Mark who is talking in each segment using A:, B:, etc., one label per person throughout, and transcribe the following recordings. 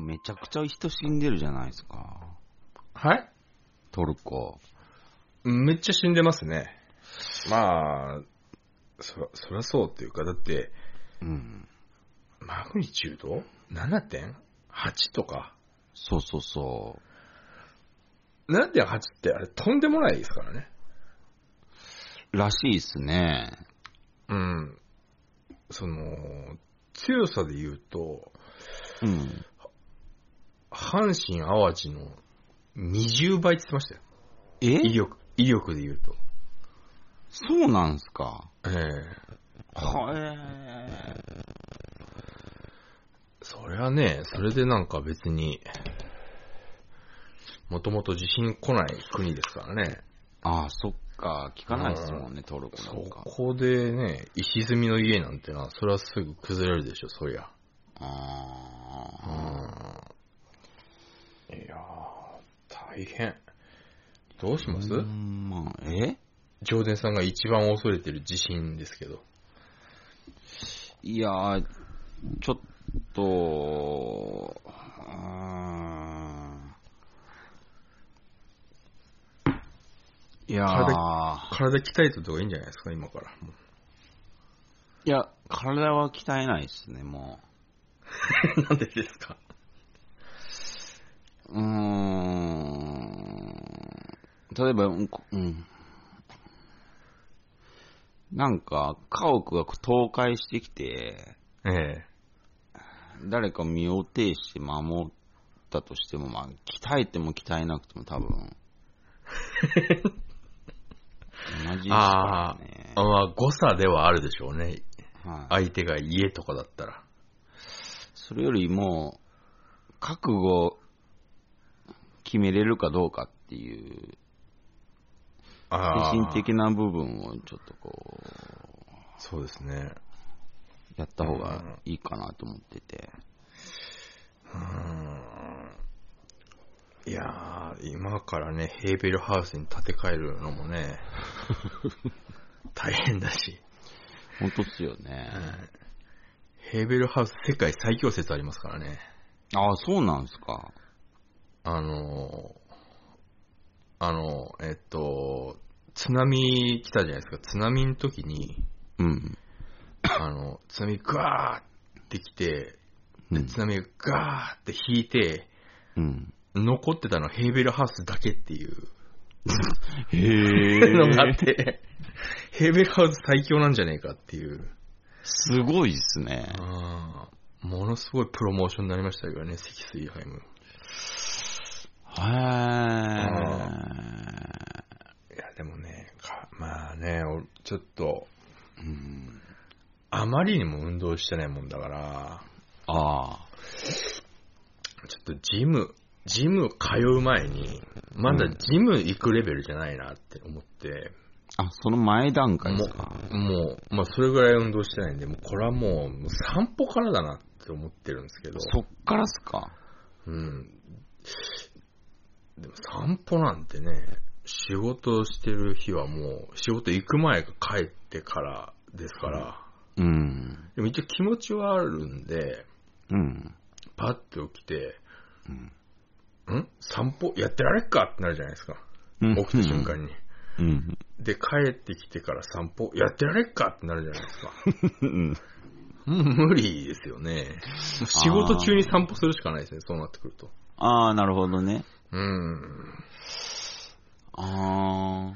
A: めちゃくちゃ人死んでるじゃないですか。
B: はい
A: トルコ。
B: めっちゃ死んでますね。まあ、そ、そりゃそうっていうか、だって、
A: うん。
B: マグニチュード ?7.8 とか。
A: そうそうそう。
B: 7.8ってあれとんでもないですからね。
A: らしいっすね。
B: うん。その、強さで言うと、
A: うん。
B: 阪神淡路の20倍って言ってましたよ。
A: え
B: 威力、威力で言うと。
A: そうなんすか。
B: ええ
A: はえ
B: それはね、それでなんか別に、もともと地震来ない国ですからね。
A: ああ、そっか。聞かないっすもんね、トルコな
B: そ
A: んか。
B: こでね、石積みの家なんてのは、それはすぐ崩れるでしょ、そりゃ。う
A: あ
B: ん。いやー、大変。どうし
A: あ。
B: ます
A: うーんまあ、え
B: 上田さんが一番恐れてる地震ですけど。
A: いやー、ちょっと、うーんいやー、
B: 体鍛えといた方がいいんじゃないですか、今から。もう
A: いや、体は鍛えないですね、も
B: なんでですか
A: う。うーん。例えば、うんこうん。なんか、家屋が倒壊してきて、
B: ええ。
A: 誰か身を挺して守ったとしても、まあ、鍛えても鍛えなくても多分。同じですからね。
B: あまあ、誤差ではあるでしょうね。
A: はい、
B: 相手が家とかだったら。
A: それよりも、覚悟決めれるかどうかっていう、
B: ああ
A: 精神的な部分をちょっとこ
B: そうですね。
A: う、やった方がいいかなと思ってて。
B: うーん。いやー、今からね、ヘーベルハウスに建て替えるのも ね、大変だし。
A: 本当っすよね。
B: ヘーベルハウス世界最強説ありますからね。
A: ああ、そうなんですか。
B: あのー、あのー、えっと、津波来たじゃないですか。津波の時に、
A: うん。
B: あの、津波ガーって来て、
A: うん
B: 津波がガーって引いて、
A: うん。
B: 残ってたのはヘーベルハウスだけっていう
A: へ
B: のがあ
A: え。
B: って、 ヘーベルハウス最強なんじゃねえかっていう、
A: すごいっすね。
B: あーものすごいプロモーションになりましたけどね、積水ハイム。
A: へえ。
B: いや、でもね、かまあね、おちょっと、
A: うん。
B: あまりにも運動してないもんだから、
A: ああ。
B: ちょっとジム、ジム通う前に、まだジム行くレベルじゃないなって思って、
A: あ、その前段階ですか。
B: もう、まあ、それぐらい運動してないんで、もうこれはもう、もう散歩からだなって思ってるんですけど、
A: そっからっすか。
B: うん。でも散歩なんてね、仕事してる日はもう、仕事行く前か帰ってからですから、
A: うん。
B: でも一応気持ちはあるんで、
A: うん。
B: パッて起きて、
A: うん
B: ん散歩やってられっかってなるじゃないですか。
A: うん
B: 起きた瞬間に。
A: うん。
B: で、帰ってきてから散歩やってられっかってなるじゃないですか。
A: うん。
B: うん無理ですよね。仕事中に散歩するしかないですね、そうなってくると。
A: ああ、なるほどね。
B: うん。
A: あ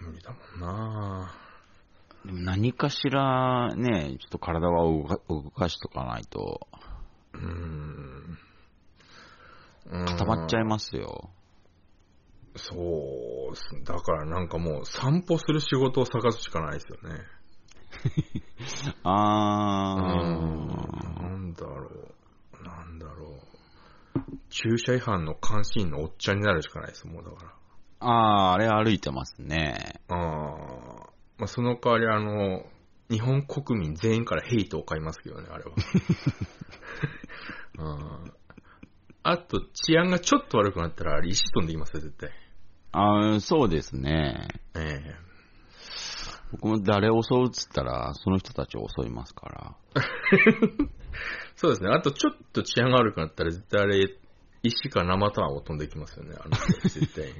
B: 無理だもんな
A: あ。でも何かしらね、ちょっと体は動か動かしとかないと
B: うん。
A: 固まっちゃ
B: い
A: いますよ。
B: そうっす。だからなんかもう散歩する仕事を探すしかないですよね。う
A: ああ。
B: なんだろう。なんだろう。駐車違反の監視員のおっちゃんになるしかないです、もうだか
A: ああ、あれ歩いてますね。
B: ら。ああ。まあ、その代わりあの、日本国民全員からヘイトを買いますけどね、あれは。うんあと、治安がちょっと悪くなったら、あれ、石飛んできますよ、絶対。
A: ああ、そうですね。
B: ええ
A: 僕も誰を襲うっつったら、その人たちを襲いますから。
B: そうですね。あとちょっと治安が悪くなったら、絶対あれ、石か生卵を飛んできますよね。あの人 絶対に。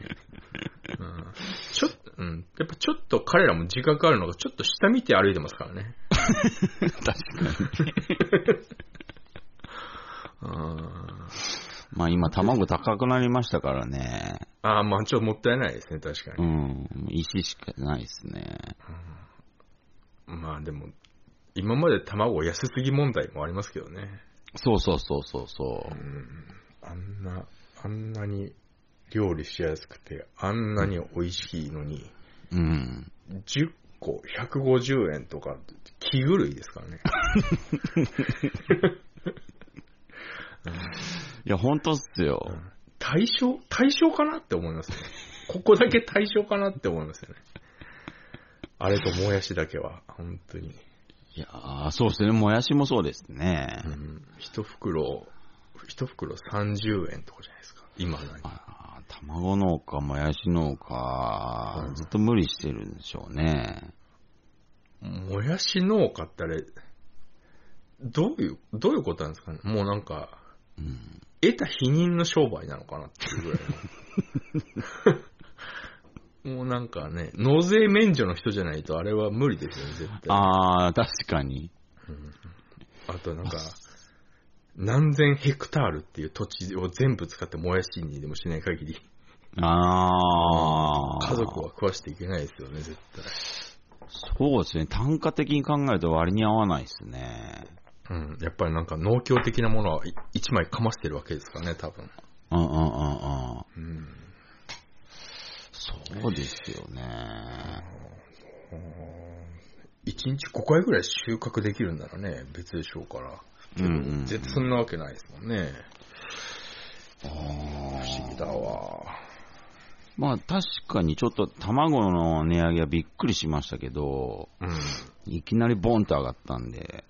B: うん、ちょっと、うん。やっぱちょっと彼らも自覚あるのが、ちょっと下見て歩いてますからね。
A: 確 かに。
B: あ
A: まあ今、卵高くなりましたからね。
B: あー、まあちょっともったいないですね、確か
A: う
B: に。
A: ん。石しかないですね。
B: まあでも、今まで卵を安すぎ問題もありますけどね。
A: そうそうそうそうそうう。
B: ん。あんな、あんなに料理しやすくて、あんなに美味しいのに、
A: うん。
B: 10個150円とか、気狂いですからね。
A: いや、本当っすよ。
B: 対象対象かなって思いますね。ここだけ対象かなって思いますよね。あれともやしだけは、本当に。
A: いやーそうですね。もやしもそうですね。
B: うん。一袋、一袋30円とかじゃないですか。今何
A: あー卵農家、もやし農家、ずっと無理してるんでしょうね。
B: もやし農家ってあれ、どういう、どういうことなんですかねもうなんか、
A: うん。
B: 得た否認の商売なのかなっていうぐらいの。 もうなんかね、納税免除の人じゃないとあれは無理ですよね、絶対。
A: あー、確かに。
B: あとなんか、何千ヘクタールっていう土地を全部使ってもやしにでもしない限り、
A: あー。
B: 家族は食わしていけないですよね、絶
A: そうですね。単価的に考えると割に合わないですね。
B: 対。うん。やっぱりなんか農協的なものはい一枚かましてるわけですからね、多分。
A: うんうんうんうん。
B: うん。
A: そうですよね。
B: 一日5回ぐらい収穫できるんならね、別でしょうから。
A: うんうん。
B: 絶対そんなわけないですもんね。
A: あ
B: 不
A: ー
B: 思議だわ。
A: まあ確かにちょっと卵の値上げはびっくりしましたけど、
B: う
A: いきなりボンと上がったんで、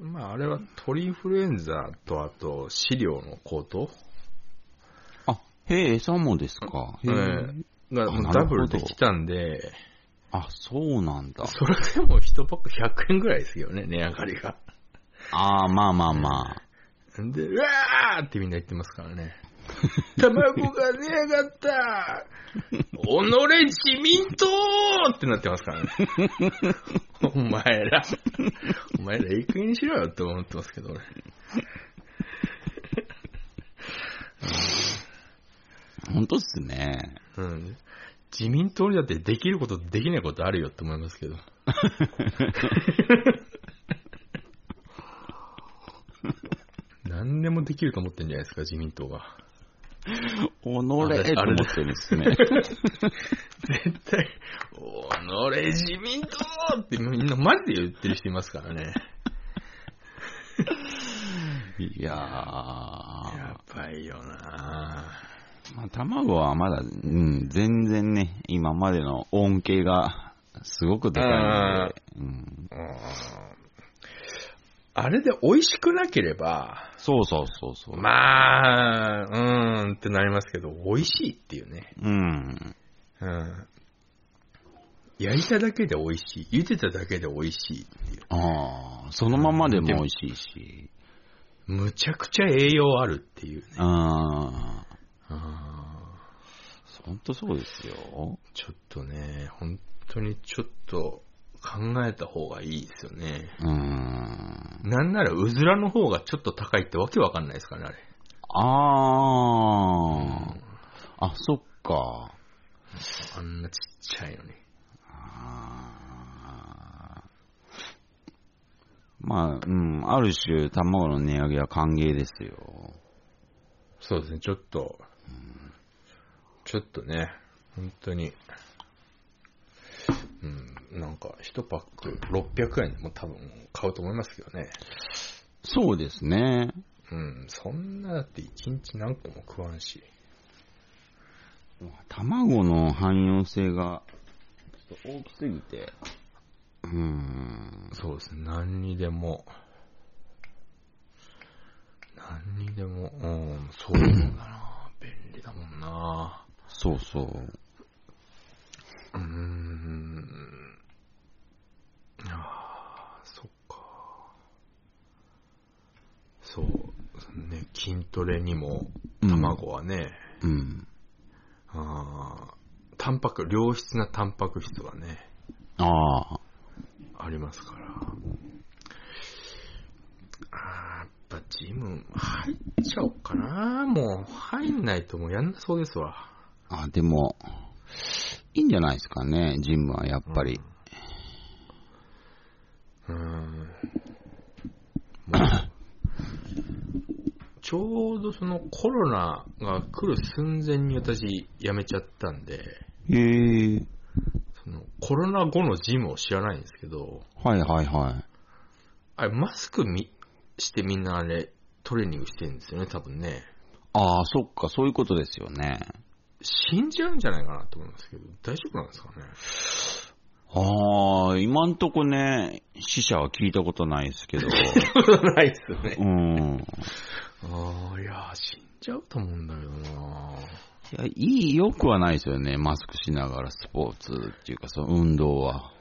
B: ん。まあ、あれは鳥インフルエンザと、あと、飼料の高騰
A: あ、へえ、餌もですか。へえ。
B: うんが
A: あなるほど
B: ダブルできたんで、
A: あ、そうなんだ。
B: それでも1パック100円ぐらいですよね、値上がりが。
A: ああ、まあまあまあ。
B: で、うわーってみんな言ってますから ね。卵が値上がったおのれ自民党ってなってま すからね。お前ら、お前らいい加減にしろよって思ってますけどね。
A: 本当っすね。
B: うん。自民党にだってできることできないことあるよって思いますけ ど。何でもできると思ってんじゃないですか、自民党が。
A: おのれって思ってるんです ね。
B: 絶対、おのれ自民党ってみんなマジで言ってる人いますからね。
A: いやー。
B: やばいよな
A: まあ、卵はまだ、うん、全然ね、今までの恩恵がすごくでかいので、うん、
B: うんあれで美味しくなければ、
A: そうそうそうそう。
B: まあ、うーんってなりますけど、美味しいっていうね。
A: うん。
B: うん。焼いただけで美味しい。茹でただけで美味しいっていう。
A: ああ、そのままでも美味しいし。
B: むちゃくちゃ栄養あるっていうね。
A: ああ、
B: あ
A: ほんとそうですよ。
B: ーちょっとね、本当にちょっと考えた方がいいですよね。
A: うん。
B: なんならうずらの方がちょっと高いってわけわかんないですからね、
A: ああ、あ、そっか。
B: あれ。あんなちっちゃいのに。
A: あーまあ、うん、ある種、卵の値上げは歓迎ですよ。
B: そうですね、ちょっと、ちょっとね、本当に、うん、なんか1パック600円でも多分買うと思いますけどね。
A: そうですね。
B: うん、そんなだって1日何個も食わんし。
A: 卵の汎用性がちょっと大きすぎて。うーん。
B: そうですね、何にでも。何にでも、うん、そうだな、便利だもんな。
A: そうそう。
B: うーん、筋トレにも、
A: うん
B: 卵はね、
A: うん。
B: あータンパク、良質なタンパク質がね、
A: ああ。
B: ありますから。あーやっぱジム入っちゃおうかな。もう入んないともうやんなそうですわ。
A: あ、でも、いいんじゃないですかね、ジムはやっぱり。
B: うーん。もうちょうどそのコロナが来る寸前に私辞めちゃったんで、
A: へえ。
B: そのコロナ後のジムを知らないんですけど、
A: はいはいはい。
B: あれマスクみしてみんなあれトレーニングしてるんですよね、多分ね。
A: ああ、そっか、そういうことですよね。
B: 死んじゃうんじゃないかなと思いますけど、大丈夫なんですかね。
A: ああ、今んとこね、死者は聞いたことないです けど。
B: ないっすね。
A: うん。
B: ああ、いやー、死んじゃうと思うんだけどない
A: や、いい、良くはないですよね、マスクしながらスポーツっていうか、その運動は。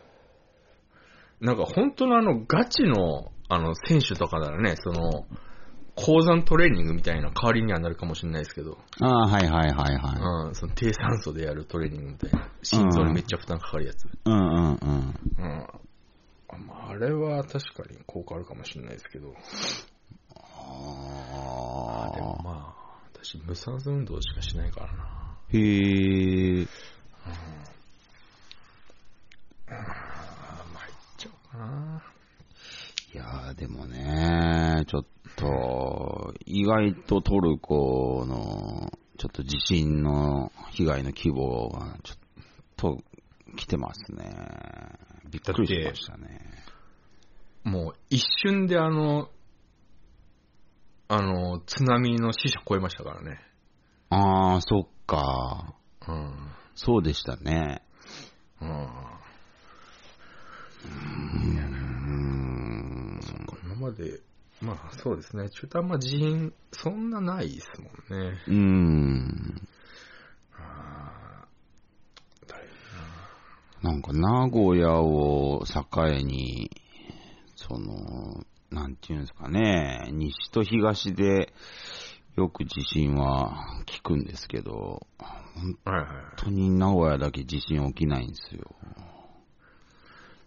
B: なんか本当のあの、ガチの、あの、選手とかならね、その、鉱山トレーニングみたいな代わりにはなるかもしれないですけど、
A: ああ、はいはいはいはい。
B: うん、その低酸素でやるトレーニングみたいな、心臓にめっちゃ負担かかるやつ。
A: うんうんうん。
B: うん。まああれは確かに効果あるかもしれないですけど、で
A: あ
B: もまあ、私無酸素運動しかしないからな。
A: あ。へえ。
B: あー、参っちゃおうかな。
A: いやーでもね、ちょっと、意外とトルコの、ちょっと地震の被害の規模が、ちょっと、来てますね。びっくりしましたね。
B: もう一瞬であの、あの、津波の死者超えましたからね。
A: ああ、そっか。
B: うん。
A: そうでしたね。
B: う
A: うーん。
B: ん。今まで、まあそうですね、中途半端人員、そんなないですもんね。
A: うーん。
B: あーだい
A: なんか、名古屋を境に、その、なんていうんですかね、西と東で、よく地震は聞くんですけど、本
B: ぶはいはい。
A: 当に名古屋だけ地震起きないんですよ。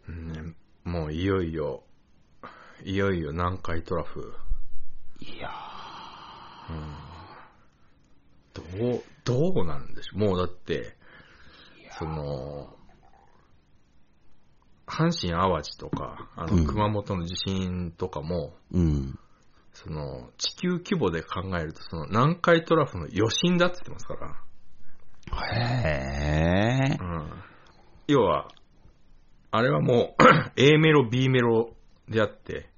B: うんね、もういよいよ、いよいよ南海トラフ。
A: いや
B: どう、どうなるんでしょう。もうだって、その、阪神淡路とか、あ
A: うん
B: の、熊本の地震とかも、
A: ー、うん。
B: その、地球規模で考えると、その、南海トラフの余震だって言ってますから。
A: へえ。
B: うん。要は、あれはもう、A メロ、B メロであって、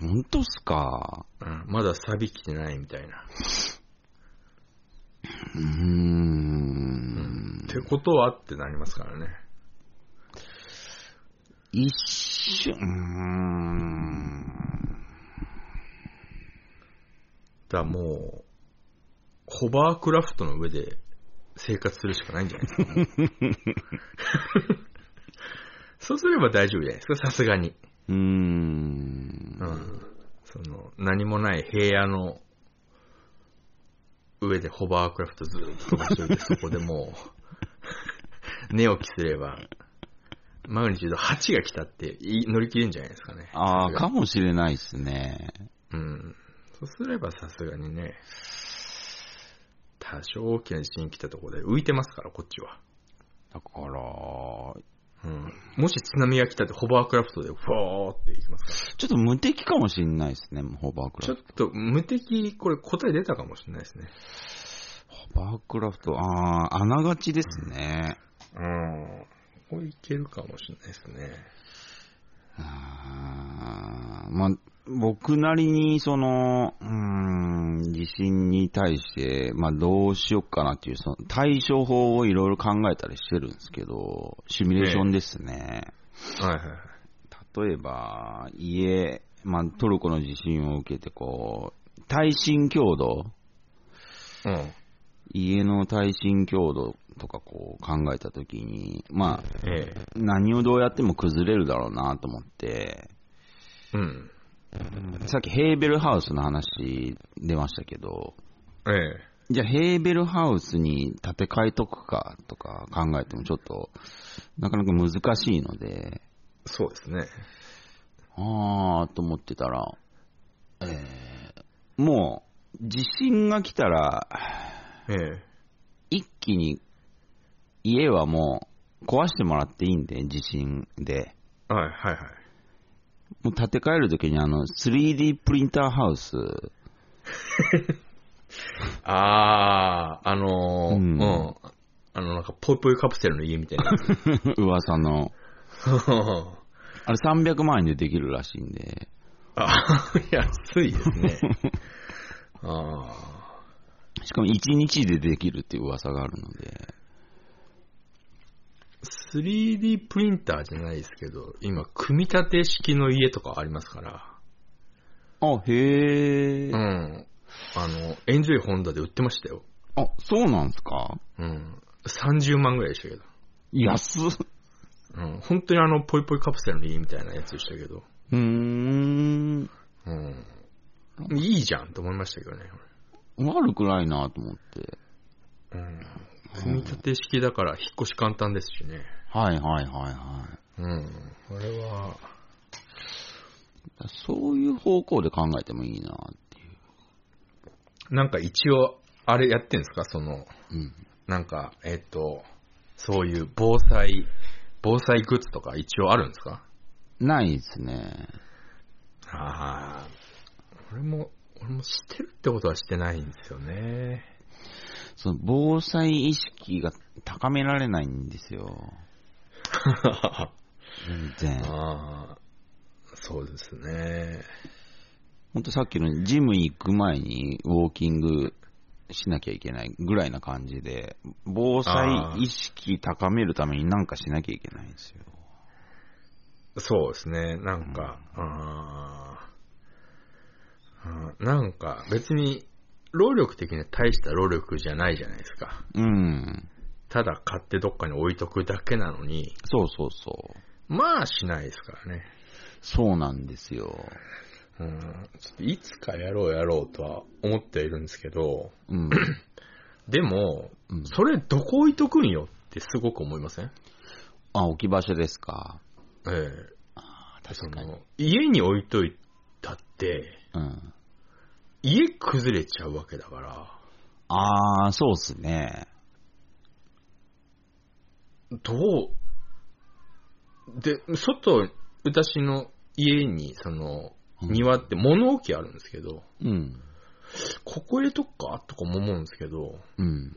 A: 本当っすか。
B: うん、まだ錆びきてないみたいな。
A: うーん
B: っ。てことはってなりますからね。
A: 一瞬、うーん。
B: だからもう、ホバークラフトの上で生活するしかないんじゃないですか。もうそうすれば大丈夫じゃないですか、さすがに。
A: うーん
B: う。ん。その、何もない平野の上でホバークラフトずーっと飛ばしといて、そこでもう、 寝起きすれば、マグニチュード8が来たってい乗り切れんじゃないですかね。
A: あ
B: さ
A: あ、
B: すが
A: かもしれないですね。
B: うん。そうすればさすがにね、多少大きな地震来たところで浮いてますから、こっちは。
A: だから、
B: うん。もし津波が来たってホバークラフトでフォーって行きますから。
A: ちょっと無敵かもしれないですね、ホバーク
B: ちょ
A: ラ
B: っ
A: フト。
B: と無敵、これ答え出たかもしれないですね。
A: ホバークラフト、ああ、あながちですね。
B: うん。これいけるかもしれないですね。
A: あーまあ、僕なりに、その、うーん、地震に対して、まあ、どうしようかなっていう、その対処法をいろいろ考えたりしてるんですけど、シミュレーションですね。
B: はいはいはい。
A: 例えば、家、まあ、トルコの地震を受けて、こう、耐震強度
B: うん。
A: 家の耐震強度とかこう考えたときに、まあ、
B: ええ。
A: 何をどうやっても崩れるだろうなと思って、
B: うん。
A: さっきヘーベルハウスの話出ましたけど、
B: え
A: じゃあヘーベルハウスに建て替えとくかとか考えてもちょっと、なかなか難しいので、
B: そうですね。
A: あーと思ってたら、えー、もう地震が来たら、
B: ええ
A: 一気に家はもう壊してもらっていいんで、地震で。
B: はい、はい、はい。
A: もう建て替えるときにあの 3D プリンターハウス、
B: あー、あのー、
A: う
B: うんん。あの、なんか、ぽいぽいカプセルの家みたいな。
A: 噂の、
B: あ
A: あれ300万円でできるらしいんで、
B: 安いです ね。あ
A: しかも1日でできるっていう噂があるので、
B: ー 3D プリンターじゃないですけど、今、組み立て式の家とかありますから。
A: あ、へえ、
B: うん。あの、エンジョイホンダで売ってましたよ。
A: あ、そうなんですか
B: うん。30万ぐらいでしたけど。
A: 安っ。
B: うん。本当にあの、ぽいぽいカプセルの家みたいなやつでしたけど。
A: うーん、
B: うん。いいじゃんと思いましたけどね。
A: 悪くないなと思って。
B: うん。組み立て式だから引っ越し簡単ですしね。
A: はいはいはいはい。
B: うん。これは、
A: そういう方向で考えてもいいなってい
B: なんか一応、あれやってんですかその、
A: う。うん。
B: なんか、えっ、と、そういう防災、防災グッズとか一応あるんですか
A: ないですね。
B: ああ。俺も、俺も知ってるってことはしてないんですよね。
A: その防災意識が高められないんですよ。
B: あ
A: 全然。
B: あ。そうですね。
A: ほんとさっきのジム行く前にウォーキングしなきゃいけないぐらいな感じで、防災意識高めるためになんかしなきゃいけないんですよ。
B: そうですね、なんか、あーあーなんか別に、労力的には大した労力じゃないじゃないですか。
A: うん。
B: ただ買ってどっかに置いとくだけなのに、
A: そうそうそう。
B: まあしないですからね。
A: そうなんですよ。
B: うん、ちょっといつかやろうやろうとは思っているんですけど、
A: うん。
B: でも、
A: うん
B: それどこ置いとくんよってすごく思いません
A: あ、置き場所ですか。
B: ええ
A: あ
B: そ
A: 確かに。
B: の家に置いといたって、
A: うん。
B: 家崩れちゃうわけだから、
A: あー、そうっすね。
B: どう、で、外、私の家に、その、
A: うん
B: 庭って物置あるんですけど、
A: うん。
B: ここ入れとくかとかも思うんですけど、
A: うん。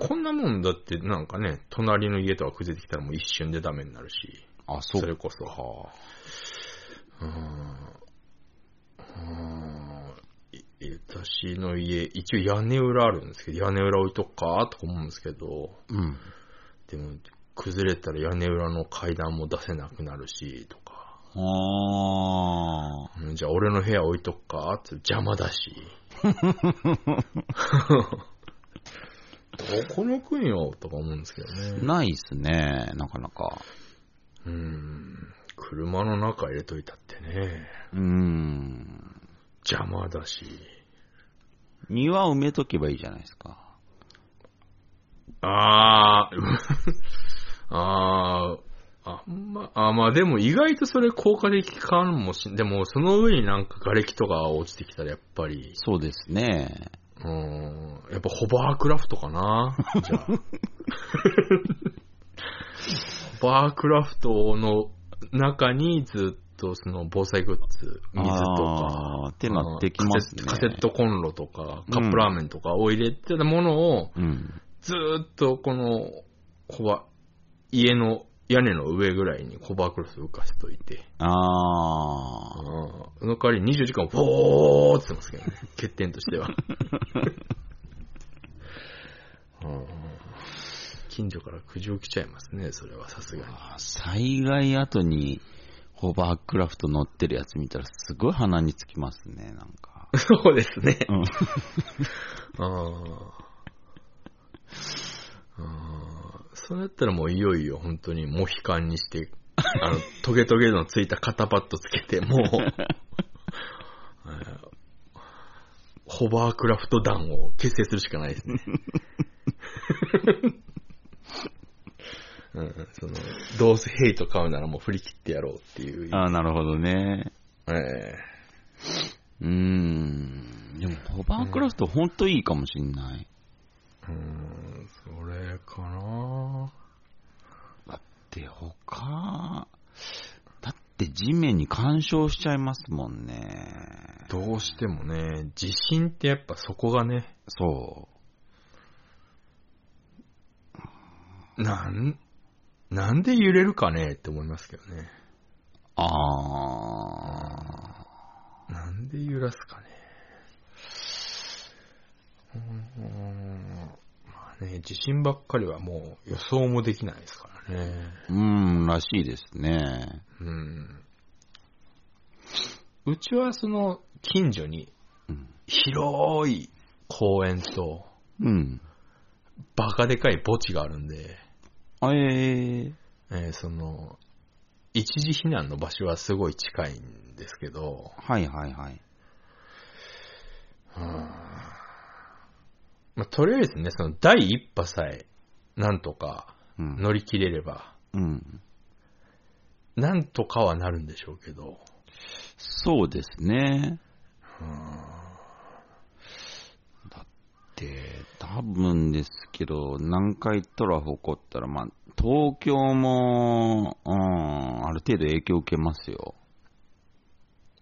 B: こんなもんだってなんかね、隣の家とか崩れてきたらもう一瞬でダメになるし、
A: あ、そ
B: そうれこそ。うーん。うーんい私の家、一応屋根裏あるんですけど、屋根裏置いとくかとか思うんですけど、
A: うん。
B: でも、崩れたら屋根裏の階段も出せなくなるし、とか。
A: あ
B: うんじゃあ俺の部屋置いとくかって邪魔 だし。どこに置くんよとか思うんですけど
A: ー。
B: ね。
A: ないっすね、なかなか。
B: うん。車の中入れといたってね。
A: うーん。
B: 邪魔だし。
A: 庭埋めとけばいいじゃないですか。
B: あー、 あー、あんま、あまあでも意外とそれ効果的かもしん、でもその上になんか瓦礫とか落ちてきたらやっぱり、
A: そうですね。
B: うん、やっぱホバークラフトかなじ ゃあ。ホバークラフトの中にずっとその防災グッズ、水とか、
A: あーってなってきますね。
B: うんカセットカセットコンロとか、カップラーメンとかを入れてたものを、
A: うん。
B: ずーっとこの、ホバ、家の屋根の上ぐらいにホバークラフト浮かせといて、
A: あー。
B: うんその代わりに24時間、ボーってます けどね。欠点としては。うん近所から苦情来ちゃいますね、それはさすがに。
A: 災害後にホバークラフト乗ってるやつ見たらすごい鼻につきますね、なんか。
B: そうですね。
A: うん。
B: ああ。そうやったらもういよいよ本当にモヒカンにして、あの、トゲトゲのついた肩パッドつけて、もう、ホバークラフト団を結成するしかないですね。うん、そのどうせヘイト買うならもう振り切ってやろうっていう。
A: ああ、なるほどね。
B: ええ
A: うーん。でも、ホバークラフトほんといいかもしんない。
B: うーん、それかな
A: だって、他、だって地面に干渉しちゃいますもんね。
B: どうしてもね、地震ってやっぱそこがね、
A: そ
B: なん、なんで揺れるかねって思いますけどね。
A: う。ああ。
B: なんで揺らすかね。うーん、まあね、地震ばっかりはもう予想もできないですからね。
A: うーん、らしいですね。
B: うん。うちはその近所に
A: うん。
B: 広い公園と
A: うん。
B: バカでかい墓地があるんで、
A: あええ
B: えーその、一時避難の場所はすごい近いんですけど、
A: はいはいはい。
B: まあ、とりあえずね、その第一波さえ、なんとか
A: うん。
B: 乗り切れれば、
A: うん。
B: なんとかはなるんでしょうけど、
A: そうですね。だって、多分ですけど、南海トラフ起こったら、まあ、東京も、うん、ある程度影響受けますよ。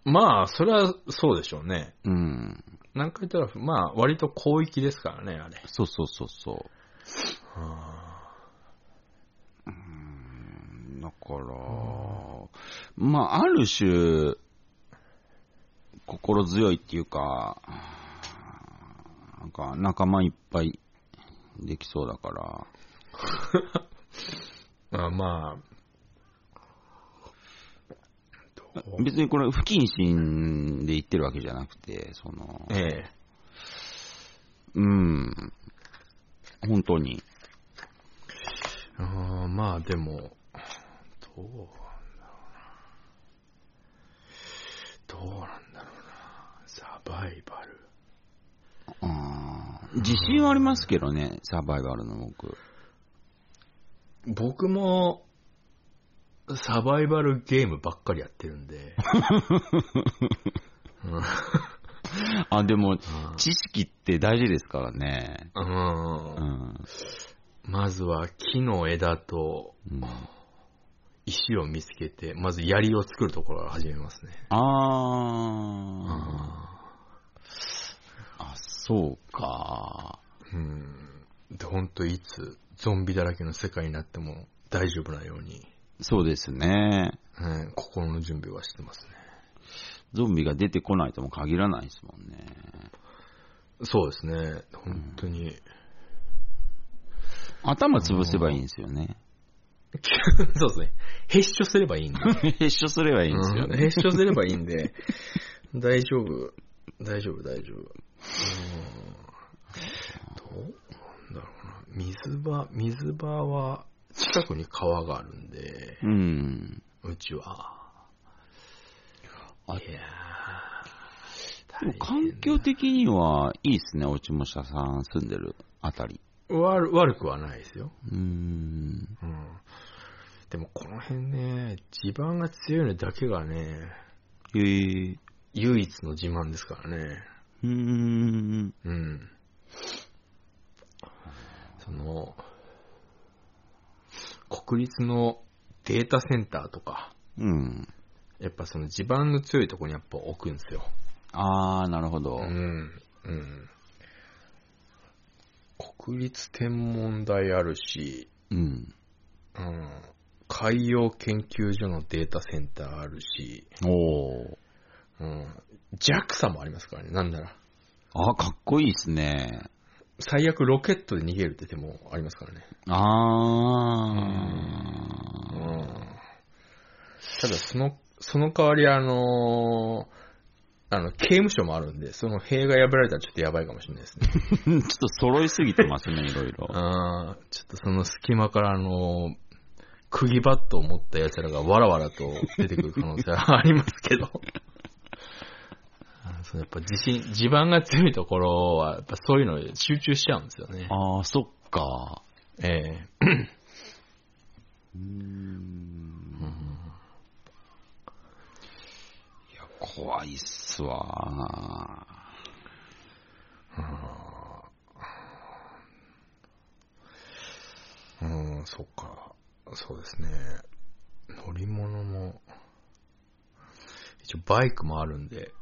B: まあ、それはそうでしょうね。
A: うん。
B: 南海トラフ、まあ、割と広域ですからね、あれ。
A: そうそうそうそう。だから、まあ、ある種、心強いっていうか、なんか仲間いっぱいできそうだから、
B: まあまあ、どう
A: 別にこれ不謹慎で言ってるわけじゃなくて、その、
B: ええ。
A: うん、本当に、
B: あーまあでも、どうなんだろうな。どうなんだろうな。サバイバル。
A: あー自信はありますけどね、サバイバルの僕。
B: 僕も、サバイバルゲームばっかりやってるんで。うん
A: あ、でも、知識って大事ですからね。
B: うん
A: うん。
B: まずは木の枝と
A: うん
B: 石を見つけて、まず槍を作るところから始めますね。
A: あー。あ、そうか。
B: うん。で、ほんといつゾンビだらけの世界になっても大丈夫なように、
A: そうですね。
B: うん心の準備はしてますね。
A: ゾンビが出てこないとも限らないですもんね。
B: そうですね。本当に。
A: 頭潰せばいいんですよね。
B: そうですね。へっしょすればいいんで。
A: 一緒すればいいんですよ
B: うんへ
A: ね
B: っ。しょすればいいん で、大丈夫。大丈夫、大丈夫。うんどうなんだろうな。水場、水場は、近くに川があるんで、
A: うん。
B: うちは。
A: あ
B: いや
A: でも環境的にはいいですね、おちもしゃさん住んでるあたり。
B: ー悪悪くはないですよ。
A: うーん。
B: うん。でもこの辺ね、地盤が強いのだけがね、
A: へえ。
B: 唯一の自慢ですからね。
A: うーん。
B: うん。その、国立のデータセンターとか、
A: うん。
B: やっぱその地盤の強いところにやっぱ置くんですよ。
A: あー、なるほど。
B: うん。うん。国立天文台あるし、
A: うん。
B: うん。海洋研究所のデータセンターあるし、
A: おー。
B: うん。JAXA もありますからね、なんなら。
A: あ、かっこいいですね。
B: 最悪ロケットで逃げるって手もありますからね。
A: あー。
B: ただその、その代わりあのーあの、刑務所もあるんで、その塀が破られたらちょっとやばいかもしれないですね。
A: ちょっと揃いすぎてますね、いろいろ。
B: あーちょっとその隙間からあのー釘バットを持った奴 らがわらわらと出てくる可能性はありますけど。あーそそのやっぱ自信、地盤が強いところは、やっぱそういうのに集中しちゃうんですよね。
A: ああ、そっか。
B: え
A: うーん。いや、怖いっすわ。
B: えうん、そっか。そうですね。乗り物も、一応バイクもあるんで、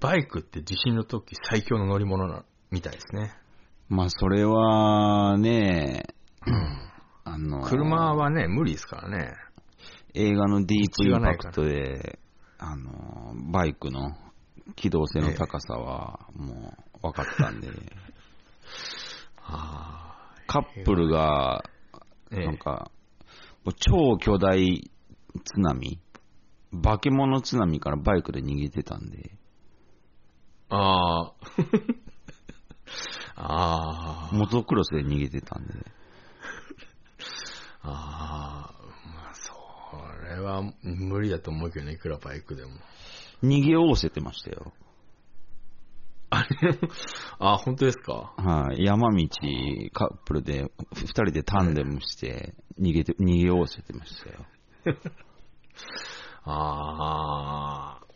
B: バイクって地震の時最強の乗り物な、みたいですね。
A: まあ、それはね、あの、
B: 車はね、無理ですからね。
A: 映画のディープイ
B: 道
A: ン
B: がな
A: パ
B: いか
A: ク
B: ら
A: トで、あの、バイクの機動性の高さはもう分かった んで、
B: あ
A: カップルが、
B: あ、ええ
A: なんか、もう超巨大津波、化け物津波からバイクで逃げてたんで、
B: ああ。 ああ。
A: モトクロスで逃げてたんで、
B: ああ。まあ、それは無理だと思うけどね、いくらバイクでも。
A: 逃げおおせてましたよ。
B: あれあ本当ですか
A: はい、山道、カップルで、二人でタンデムして、逃げて、逃げおおせてましたよ。
B: ああ。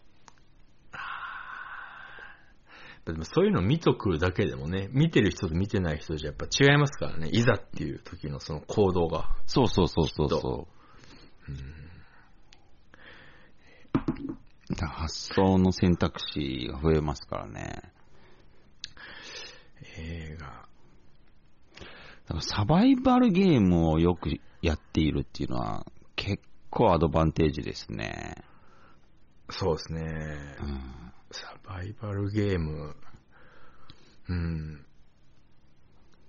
B: でもそういうの見とくだけでもね、見てる人と見てない人じゃやっぱ違いますからね、いざっていう時のその行動が。
A: そうそうそうそうそう。だから発想の選択肢が増えますからね。
B: 映画。
A: だからサバイバルゲームをよくやっているっていうのは結構アドバンテージですね。
B: そうですね。
A: うん、
B: サバイバルゲーム、うん、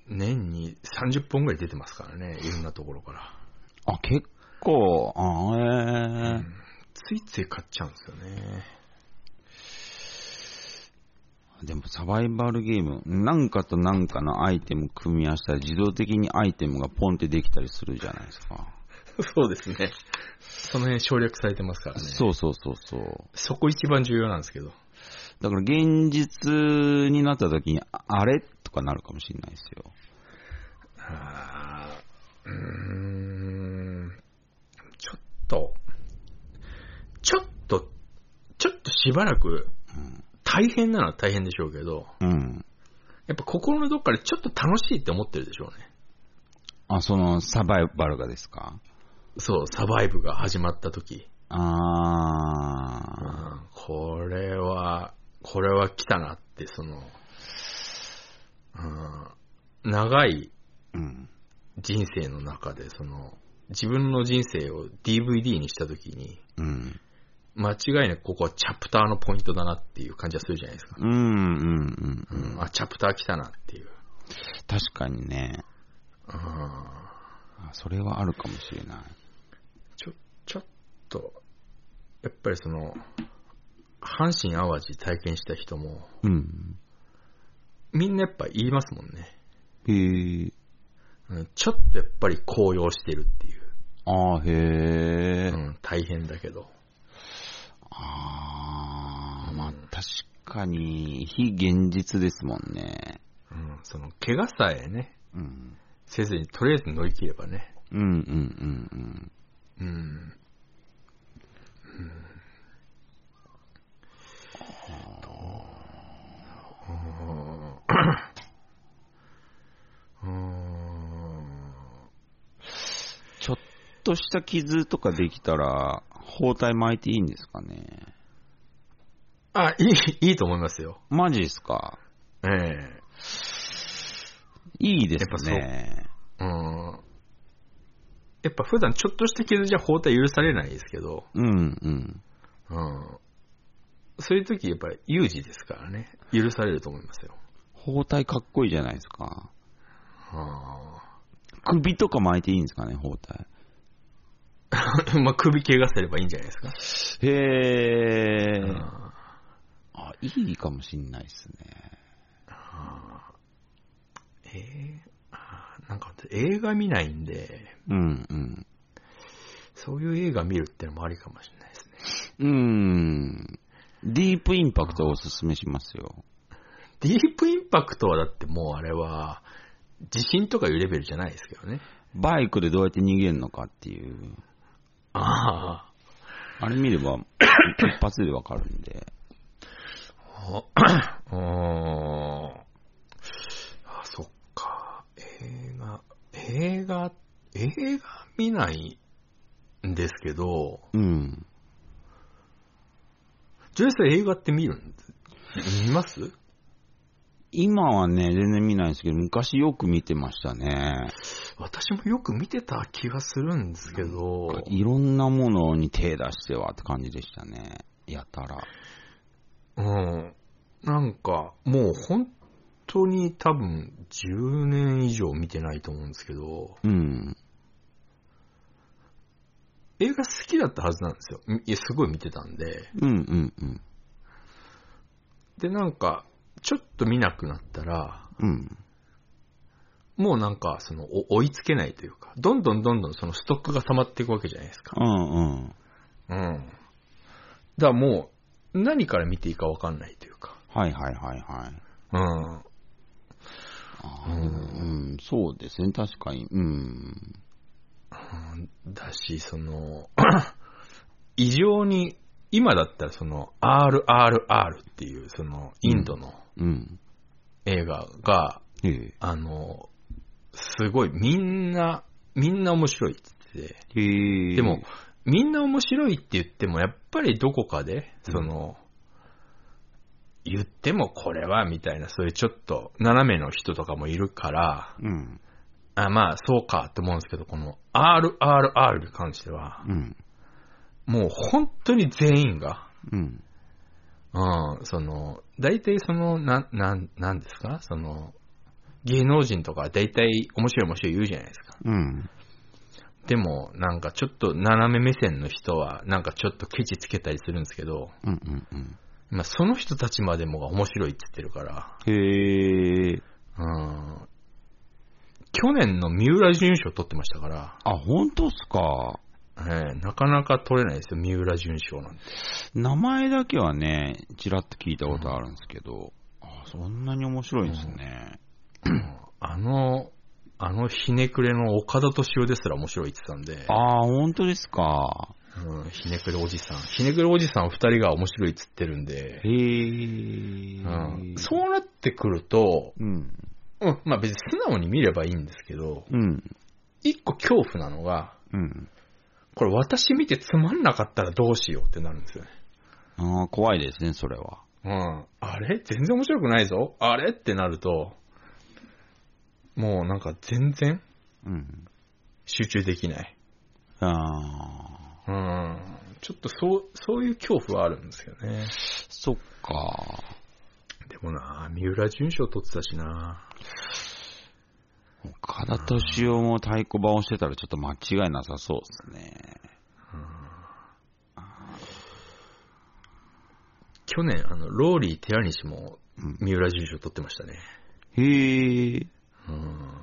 B: 年に30本ぐらい出てますからね、いろんなところから。
A: あ、結構、あ
B: う
A: え
B: んついつい買っちゃうんですよね。
A: ー、でもサバイバルゲーム、なんかとなんかのアイテム組み合わせたら自動的にアイテムがポンってできたりするじゃないですか。
B: そうですね。その辺省略されてますからね。
A: そうそうそうそう。
B: そこ一番重要なんですけど。
A: だから現実になった時に、ああれとかなるかもしれないですよ。
B: あーうーん、ちょっと、ちょっと、ちょっとしばらく、大変なのは大変でしょうけど、
A: うん。
B: やっぱ心のどっかでちょっと楽しいって思ってるでしょうね。
A: あ、そのサバイバルがですか
B: そう、サバイブが始まった時。う
A: あー。
B: ん、これは、これは来たなって、その、うん、長い
A: うん。
B: 人生の中で、その、自分の人生を DVD にした時に、
A: うん。
B: 間違いなくここはチャプターのポイントだなっていう感じがするじゃないですか。
A: うん、うん、うん
B: う。ん、あ、チャプター来たなっていう。
A: 確かにね。
B: うん、
A: あそれはあるかもしれない。
B: ちょ、ちょっと、やっぱりその、阪神淡路体験した人も、
A: うん。
B: みんなやっぱ言いますもんね。
A: へー。
B: うんちょっとやっぱり高揚してるっていう。
A: あー、へ
B: う
A: ー。
B: ん、大変だけど。
A: あー、まあ確かに、非現実ですもんね。
B: うん、その、怪我さえね、
A: うん。
B: せずにとりあえず乗り切ればね。
A: うん、うん、うん、うん。
B: うん。うんうーんう
A: ちょっとした傷とかできたら、包帯巻いていいんですかね。
B: ーんあ、いい、いいと思いますよ。
A: マジですか。
B: ええ
A: いいですね。
B: うん。やっぱ普段ちょっとした傷じゃ包帯許されないですけど、
A: うんうん。
B: うん。そういう時やっぱり有事ですからね、許されると思いますよ。
A: 包帯かっこいいじゃないですか。
B: あ
A: 首とか巻いていいんですかね、包帯。
B: ー まあ、首怪我すればいいんじゃないですか。
A: へ
B: う
A: ー。
B: ん
A: あ、いいかもしんないですね。
B: えーあーなんか映画見ないんで、
A: うんうん。
B: そういう映画見るってのもありかもしれないですね。
A: うーん。ディープインパクトをおすすめしますよ。
B: ディープインパクトはだってもうあれは、地震とかいうレベルじゃないですけどね。
A: バイクでどうやって逃げるのかっていう。
B: あ
A: あれ見れ ば、一発でわかるんで。
B: あ。うーん。あ、そっか。映画、映画、映画見ないんですけど、
A: うん。
B: ジュエさん映画って見るん見ます
A: 今はね、全然見ないですけど、昔よく見てましたね。
B: 私もよく見てた気がするんですけど、
A: いろんなものに手出してはって感じでしたね。やたら。
B: うん。なんか、もう本当に多分10年以上見てないと思うんですけど、
A: うん。
B: 映画好きだったはずなんですよ。みいやすごい見てたんで。
A: うんうんうん。
B: で、なんか、ちょっと見なくなったら、
A: うん。
B: もうなんか、その、お追いつけないというか、どんどんどんどんそのストックが溜まっていくわけじゃないですか。
A: うんうん。
B: うん。だからもう、何から見ていいかわかんないというか。
A: はいはいはいはい。
B: うん。
A: あーうん、そうですね、確かに。うん。
B: うんだし、その、 異常に、今だったらその RRR っていうそのインドの
A: うん。
B: 映画が、
A: ええ。
B: あの、すごいみんな、みんな面白いって言ってて、
A: へえ。
B: でも、みんな面白いって言ってもやっぱりどこかで、その、言ってもこれはみたいな、そういうちょっと斜めの人とかもいるから、
A: うん。
B: あまあそうかと思うんですけど、この RRR に関しては、
A: うん。
B: もう本当に全員が、
A: うん。
B: うん、その、大体その、なん、なん、なんですかその、芸能人とか大体面白い面白い言うじゃないですか。
A: うん。
B: でも、なんかちょっと斜め目線の人は、なんかちょっとケチつけたりするんですけど、
A: うん。うん。うん。
B: まあその人たちまでもが面白いって言ってるから、
A: へえ。
B: うん、去年の三浦淳賞取ってましたから、
A: あ、本当っすか。
B: ええなかなか取れないですよ、三浦淳賞なんて。
A: 名前だけはね、ちらっと聞いたことあるんですけど、あ、そんなに面白いんですね。
B: うんあの、あのひねくれの岡田敏夫ですら面白いって言ってたんで、
A: ああ、本当ですか。
B: うん、ひねくれおじさん。ひねくれおじさん二人が面白いっつってるん
A: へ、
B: で
A: え。
B: うん、
A: う。
B: そうなってくると、
A: うん。
B: うん、まあ別に素直に見ればいいんですけど、
A: うん。
B: 一個恐怖なのが、
A: うん。
B: これ私見てつまんなかったらどうしようってなるんですよね。
A: ああ、怖いですね、それは。
B: うん。あれ全然面白くないぞあれってなると、もうなんか全然
A: うん。
B: 集中できない。
A: ああ、
B: うん。ちょっとそう、そういう恐怖はあるんですよね。
A: そっか。
B: でもな、三浦淳賞取ってたしな。
A: 岡田敏夫も太鼓判をしてたらちょっと間違いなさそうですね。
B: 去年、あの、ローリー・寺西も
A: うん、
B: 三浦淳賞取ってましたね。
A: へえ。
B: うん。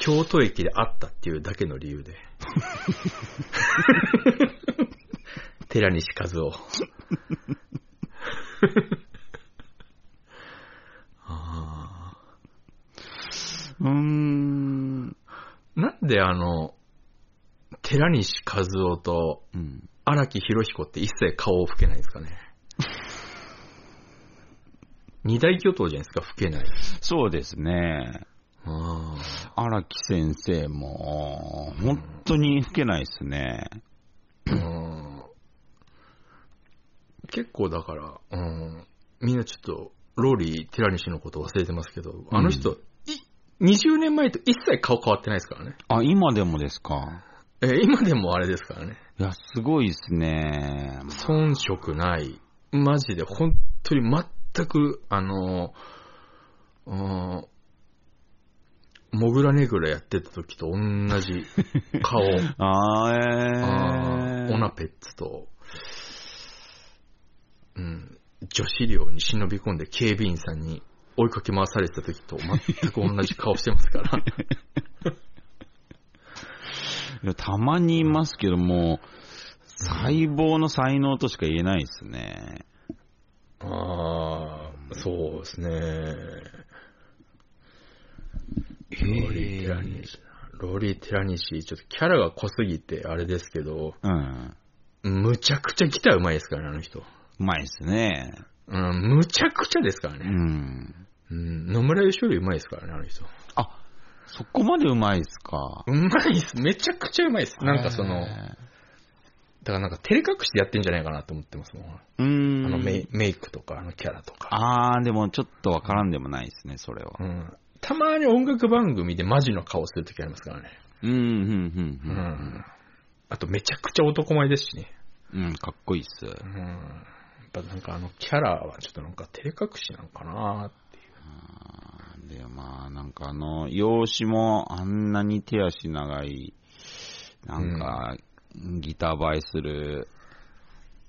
B: 京都駅で会ったっていうだけの理由で。寺西和夫。あ
A: うーん。
B: ーなんであの、寺西和夫と
A: うん。
B: 荒木博彦って一切顔を吹けないんですかね。二大巨頭じゃないですか、吹けない。
A: そうですね。
B: あ
A: 荒木先生も、本当に吹けないですね。
B: ーうん結構だから、うん、みんなちょっと、ローリー・ティラニシのこと忘れてますけど、あの人、い20年前と一切顔変わってないですからね。
A: あ、今でもですか。
B: えー今でもあれですからね。
A: いや、すごいですね。
B: 遜色ない。マジで、本当に全く、あの、うん、モグラネグラやってた時と同じ顔。
A: あー
B: あ
A: え
B: ーオナ
A: ー。
B: ペッツと、うん、女子寮に忍び込んで警備員さんに追いかけ回されてた時と全く同じ顔してますから。
A: いやたまにいますけども、細胞の才能としか言えないですね。
B: ああ、そうですね。ロリティラニシ。ロリティラニシ、ちょっとキャラが濃すぎてあれですけど、
A: うん。
B: むちゃくちゃギターうまいですからね、あの人。
A: うまいっすね。
B: うん、むちゃくちゃですから
A: う
B: ね。
A: ん。
B: うん、野村義よりうまいですからね、あの人。
A: あ、そこまでうまいっすか。
B: うまいっす。めちゃくちゃうまいっす。なんかその、だ
A: へ
B: からなんか照れ隠してやってんじゃないかなと思ってますもん。
A: ーう
B: あ
A: ん。
B: のメイメイクとか、あのキャラとか。
A: あー、でもちょっとわからんでもないですね、それは
B: う。ん。たまに音楽番組でマジの顔するときありますからね。
A: うん、うん、う、
B: うんん。あとめちゃくちゃ男前ですしね。
A: うん。うん、かっこいいっす。
B: うん。やっぱなんかあのキャラはちょっとなんか照れ隠しなんかな
A: で、まあ、なんかあの、容姿もあんなに手足長い、なんか、ギター映えする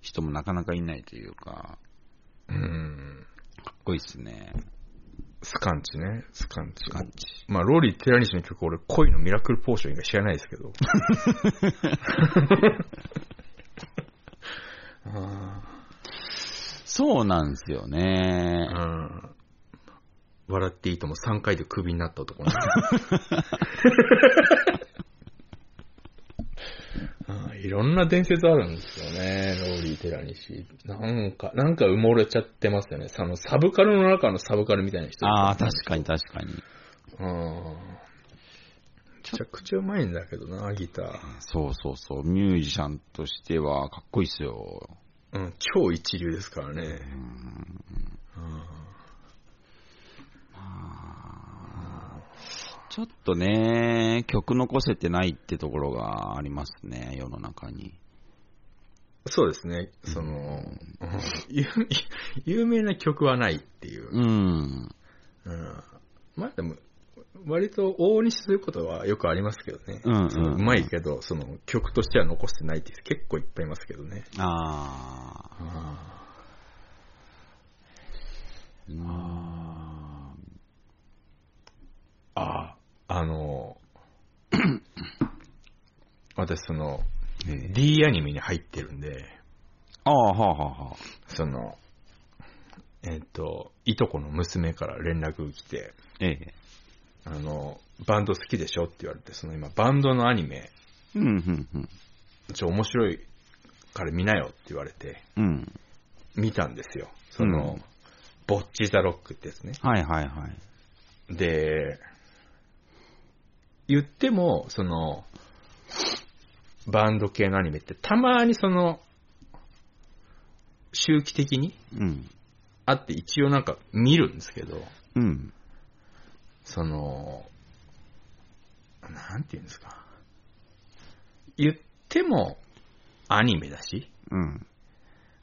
A: 人もなかなかいないというか、
B: うん。
A: かっこいいっすね。
B: スカンチね。スカンチ。
A: 感じ。
B: まあ、ローリー・ティラニシの曲、俺、恋のミラクルポーション以外知らないですけど。あ
A: そうなんですよね
B: ー。うん笑っていいとも3回でクビになった 男ねうんいろんな伝説あるんですよね、ローリー・ティラニシ。なんか、なんか埋もれちゃってますよね。そのサブカルの中のサブカルみたいな人。
A: ああ、確かに確かに。
B: うん。めちゃくちゃうまいんだけどな、ギター。
A: そうそうそう、ミュージシャンとしてはかっこいいっすよ。
B: うん、超一流ですからね。うん
A: ちょっとね、曲残せてないってところがありますね、世の中に。
B: そうですね。その、うん 有有名な曲はないっていう。
A: うん。
B: うん、まあでも、割と往々にすることはよくありますけどね。
A: うんうん
B: そのうまいけど、その曲としては残してないっていう人結構いっぱいいますけどね。
A: ああ。
B: あ
A: あ
B: あ、あの、私その、
A: ーえー
B: D アニメに入ってるんで、
A: ああ、はあはあはあ。
B: その、えっ、と、いとこの娘から連絡来て、
A: ええ。
B: あの、バンド好きでしょって言われて、その今、バンドのアニメ、
A: うん、うん、うん。
B: ちょ、面白いから見なよって言われて、
A: うん。
B: 見たんですよ。その、
A: うん
B: ボッチザロックってやつね。
A: はいはいはい。
B: で、言っても、その、バンド系のアニメって、たまにその、周期的に
A: うん。
B: あって、一応なんか見るんですけど、
A: うん。
B: その、なんていうんですか。言っても、アニメだし、
A: うん。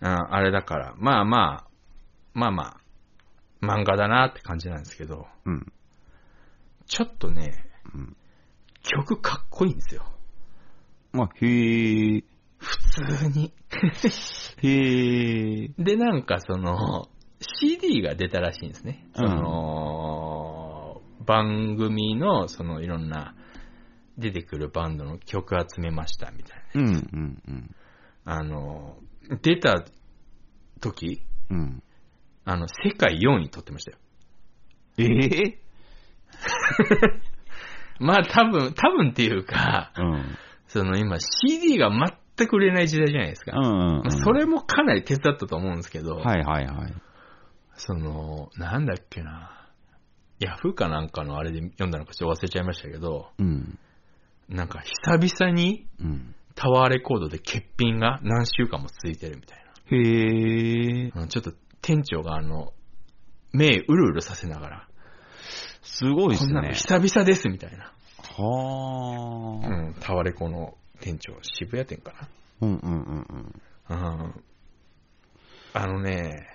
B: ああれだから、まあまあ、まあまあ、漫画だなって感じなんですけど、
A: うん。
B: ちょっとね、
A: うん。
B: 曲かっこいいんですよ。
A: まあ、へえ、
B: 普通に。
A: へえ、
B: で、なんかその、CD が出たらしいんですね。その、番組の、そのいろんな、出てくるバンドの曲集めましたみたいな。
A: うん、うん、うん。
B: あの、出た時、
A: うん。
B: あの、世界4位取ってましたよ。
A: ええ
B: まあ多分、多分っていうか、
A: うん。
B: その今 CD が全く売れない時代じゃないですか。
A: うん、う
B: まあ
A: ん。
B: それもかなり手伝ったと思うんですけど、
A: はいはいはい。
B: その、なんだっけな、ヤフーかなんかのあれで読んだのかちょっと忘れちゃいましたけど、
A: うん。
B: なんか久々に
A: うん。
B: タワーレコードで欠品が何週間も続いてるみたい
A: へえ、
B: な。うんちょっと店長があの、目うるうるさせながら、
A: すごいっ
B: こ
A: す
B: んなの
A: ね。
B: 久々ですみたいな。
A: はあ。
B: うん、タワレコの店長、渋谷店か
A: うんうんうんうん。
B: な。うん。あのね、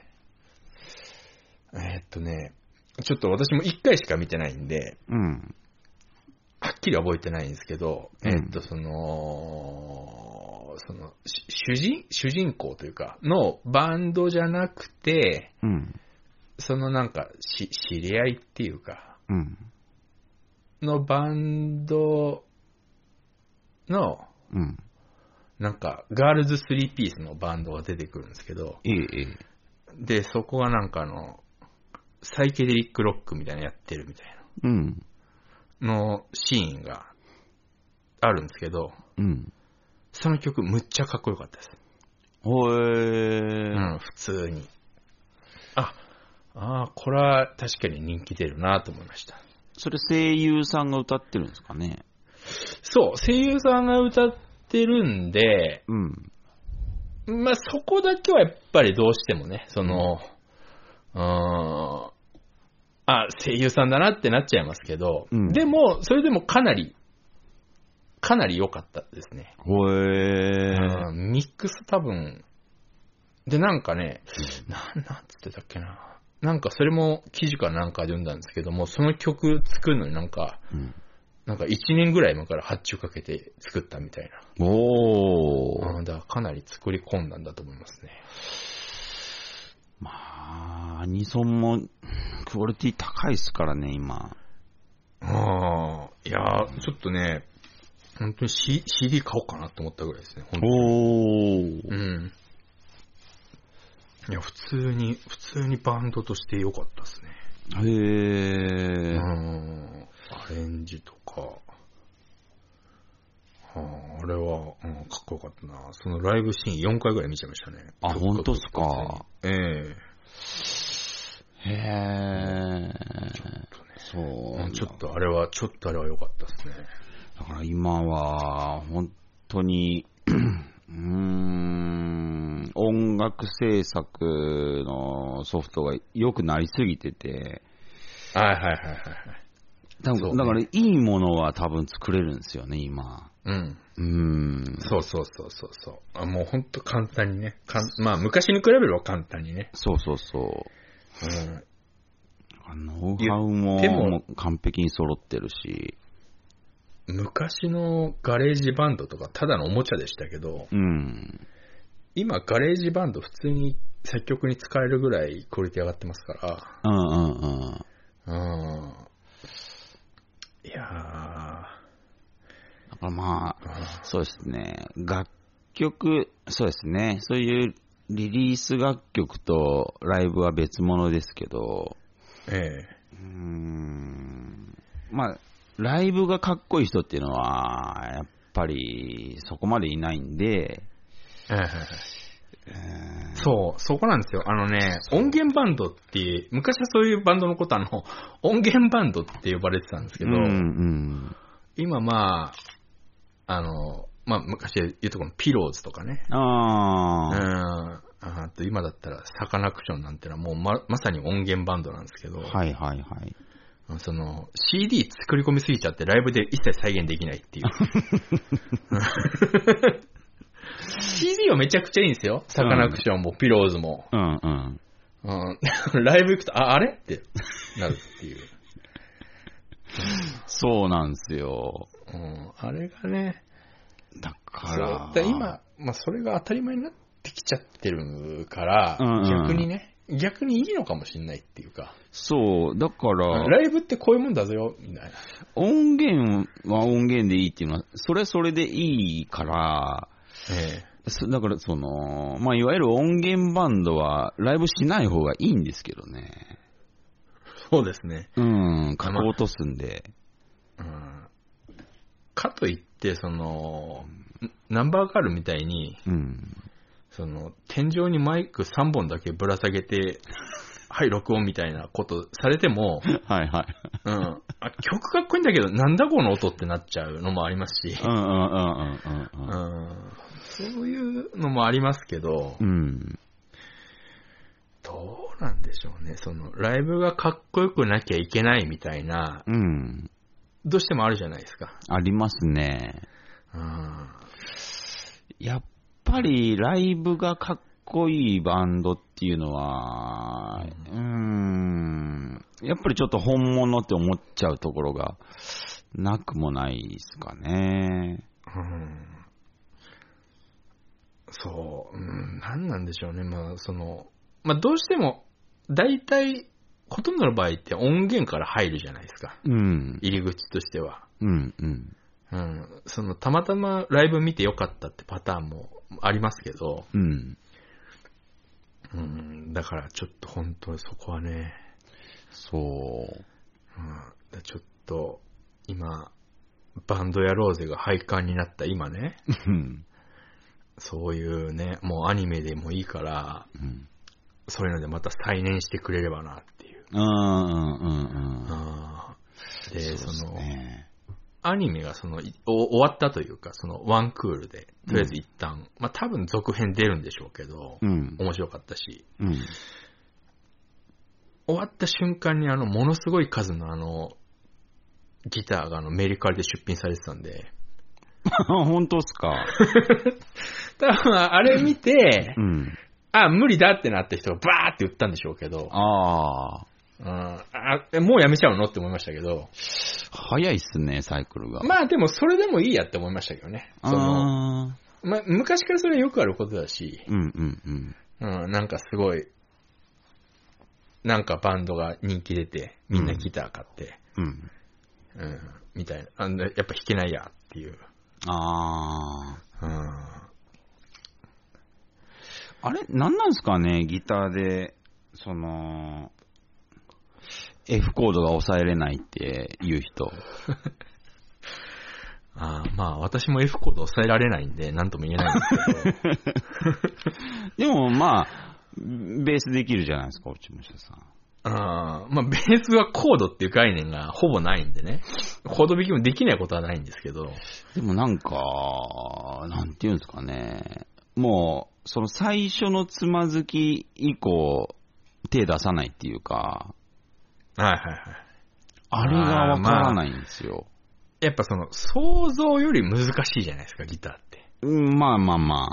B: えーっとね、ちょっと私も一回しか見てないんで、
A: うん。
B: はっきり覚えてないんですけど、
A: うん
B: えーっと、その、その、し主人、主人公というか、のバンドじゃなくて、
A: うん。
B: そのなんか、し、知り合いっていうか、
A: うん。
B: のバンドの、
A: うん。
B: なんか、ガールズスリーピースのバンドが出てくるんですけど、
A: ええええ。
B: で、そこがなんかあの、サイケデリックロックみたいなのやってるみたい
A: うん。
B: な、のシーンがあるんですけど、
A: うん。
B: その曲むっちゃかっこよかったです。
A: ほえ
B: う
A: ー。
B: ん、普通に。あ、ああ、これは確かに人気出るなと思いました。
A: それ声優さんが歌ってるんですかね
B: そう、声優さんが歌ってるんで、
A: うん。
B: まあ、そこだけはやっぱりどうしてもね、その、うーん、あ、声優さんだなってなっちゃいますけど、
A: うん
B: でも、それでもかなり、かなり良かったですね。
A: ほえー。
B: うんミックス多分、で、なんかね、なん、なんつってたっけな。なんかそれも記事かなんか読んだんですけども、その曲作るのになんか、
A: うん、
B: なんか1年ぐらい前から発注かけて作ったみたいな。
A: おー。
B: うんだからかなり作り込んだんだと思いますね。
A: まあ、アニソンもクオリティ高いっすからね、今。
B: ああ、いやー、ちょっとね、本当に、C、CD 買おうかなと思ったぐらいですね、本当に。
A: おー。
B: うん。いや、普通に、普通にバンドとして良かったですね。
A: へ
B: う
A: え。
B: ん。アレンジとか。あーあれは、うん、かっこよかったな。そのライブシーン4回ぐらい見ちゃいましたね。
A: あ本当っすか。
B: ええ
A: へえ。そう
B: うん。ちょっとあれは、ちょっとあれは良かったですね。
A: だから今は、本当に、 うーん、音楽制作のソフトが良くなりすぎてて、
B: はいはいはいはいはい。
A: 多
B: そう
A: 分
B: ね
A: だからいいものは多分作れるんですよね、今。
B: うん。
A: うーん。
B: そうそうそうそうそうあ。もうほんと簡単にね。かんまあ昔に比べれば簡単にね。
A: そうそうそう。
B: うん。
A: ノウハウも
B: 言っても
A: もう完璧に揃ってるし、
B: 昔のガレージバンドとかただのおもちゃでしたけど、
A: うん。
B: 今ガレージバンド普通に作曲に使えるぐらいクオリティ上がってますか
A: うんうんうん。
B: ら。うん。いや
A: だからまあ、
B: ー。
A: そうですね。楽曲、そうですね。そういうリリース楽曲とライブは別物ですけど、
B: え
A: うーん。まあ、ライブがかっこいい人っていうのは、やっぱりそこまでいないんで、
B: え。はいはいはいそう、そこなんですよ。あのね、
A: そう
B: 音源バンドって、昔はそういうバンドのことあの、 音源バンドって呼ばれてたんですけ
A: う
B: ど、
A: んうん。
B: 今まあ、あの、まあ昔言うとこのピローズとかね。うん。
A: ああ、
B: あと今だったらサカナクションなんてのはもうままさに音源バンドなんですけど、
A: はいはいはい。
B: その CD 作り込みすぎちゃってライブで一切再現できないっていう。CD はめちゃくちゃいいんです よ。サカナクションもピローズも。
A: うんうん。
B: うん、ライブ行くと、あ、あれってなるっていう。
A: そうなんですよ。
B: うん、あれがね、
A: だ
B: そ
A: か
B: う
A: ら。
B: だから今、まあ、それが当たり前になってきちゃってるから、
A: うんうん
B: 逆にね、逆にいいのかもしれないっていうか、
A: そう、だから、
B: ライブってこういうもんだぞよ、みたいな。
A: 音源は音源でいいっていうのは、それはそれでいいから、
B: え
A: そだからその、まあ、いわゆる音源バンドはライブしない方がいいんですけどね。
B: そうですね。
A: うん、格を落とすんで。
B: うん、かといって、その、ナンバーガールみたいに、
A: うん。
B: その、天井にマイク3本だけぶら下げて、はい、録音みたいなことされて も、
A: はいはい。
B: うん、あ曲かっこいいんだけど、なんだこの音ってなっちゃうのもありますし
A: う、んうんうん うんうん
B: うん、そういうのもありますけど、
A: うん。うん。
B: どうなんでしょうね。その、ライブがかっこよくなきゃいけないみたいな、
A: うん。
B: どうしてもあるじゃないですか。
A: ありますね。
B: うん。
A: やっぱりライブがかっこいいバンドっていうのは、うーん、やっぱりちょっと本物って思っちゃうところがなくもないですかね。
B: うんそう、うん、なんなんでしょうね。まあ、その、まあ、どうしても、大体、ほとんどの場合って音源から入るじゃないですか。
A: うん、
B: 入り口としては。
A: うん、うん、
B: うん。その、たまたまライブ見てよかったってパターンもありますけど、
A: うん。
B: うん、だからちょっと本当にそこはね、
A: そう。
B: うん、だからちょっと今、バンドやろうぜが廃刊になった今ね、
A: うん
B: そういうね、もうアニメでもいいから、
A: うん。
B: そういうのでまた再燃してくれればなっていう。
A: うんうんうんうん。
B: あーで、
A: そ
B: そ
A: うっす
B: の、
A: ね
B: アニメがその、いお終わったというか、そのワンクールで、とりあえず一旦、まあ多分続編出るんでしょうけど、
A: うん。
B: 面白かったし、
A: うん。
B: 終わった瞬間にあの、ものすごい数のあの、ギターがあの、メリカリで出品されてたんで、
A: 本当っすか。
B: 多分あれ見て
A: う、ん。
B: あ、無理だってなった人がバーって売ったんでしょうけど、
A: ああ。
B: うん、あえもうやめちゃうのって思いましたけど、
A: 早いっすね、サイクルが。
B: まあでもそれでもいいやって思いましたけどね。その
A: あ
B: まあ、昔からそれはよくあることだし、
A: ーうんうんうん。
B: うん、なんかすごい、なんかバンドが人気出て、みんなギター買って、
A: うん。
B: うん、みたいな。あんなやっぱ弾けないやっていう。
A: ああ。
B: うん。
A: あれ、なんなんすかね、ギターで、その、F コードが抑えれないっていう人。
B: あーまあ私も F コード抑えられないんで、なんとも言えないんですけど。
A: でもまあ、ベースできるじゃないですか、落ち武者さん。
B: あーまあベースはコードっていう概念がほぼないんでね。コード弾きもできないことはないんですけど。
A: でもなんか、なんていうんですかね、もう、その最初のつまずき以降、手出さないっていうか、
B: はいはいはい。
A: あれがわからないんですよ。
B: やっぱその想像より難しいじゃないですか、ギターって。
A: うんまあまあま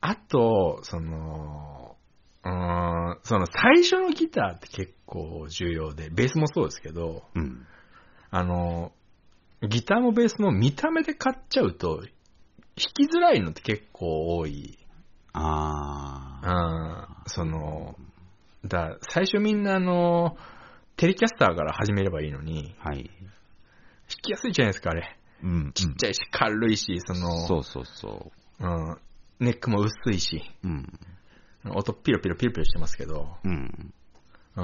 A: あ。
B: あと、その、うーん、その最初のギターって結構重要で、ベースもそうですけど、
A: うん。
B: あの、ギターもベースも見た目で買っちゃうと、弾きづらいのって結構多い。
A: あ
B: う
A: あ。
B: ん、その、だ、最初みんなあの、テレキャスターから始めればいいのに、
A: はい。
B: 弾きやすいじゃないですか、あれ。
A: うん。
B: ちっちゃいし、軽いし、その、
A: そうそうそ
B: うん、ネックも薄いし、
A: う。うん。
B: 音ピロピロピロピロしてますけど、
A: うん。
B: う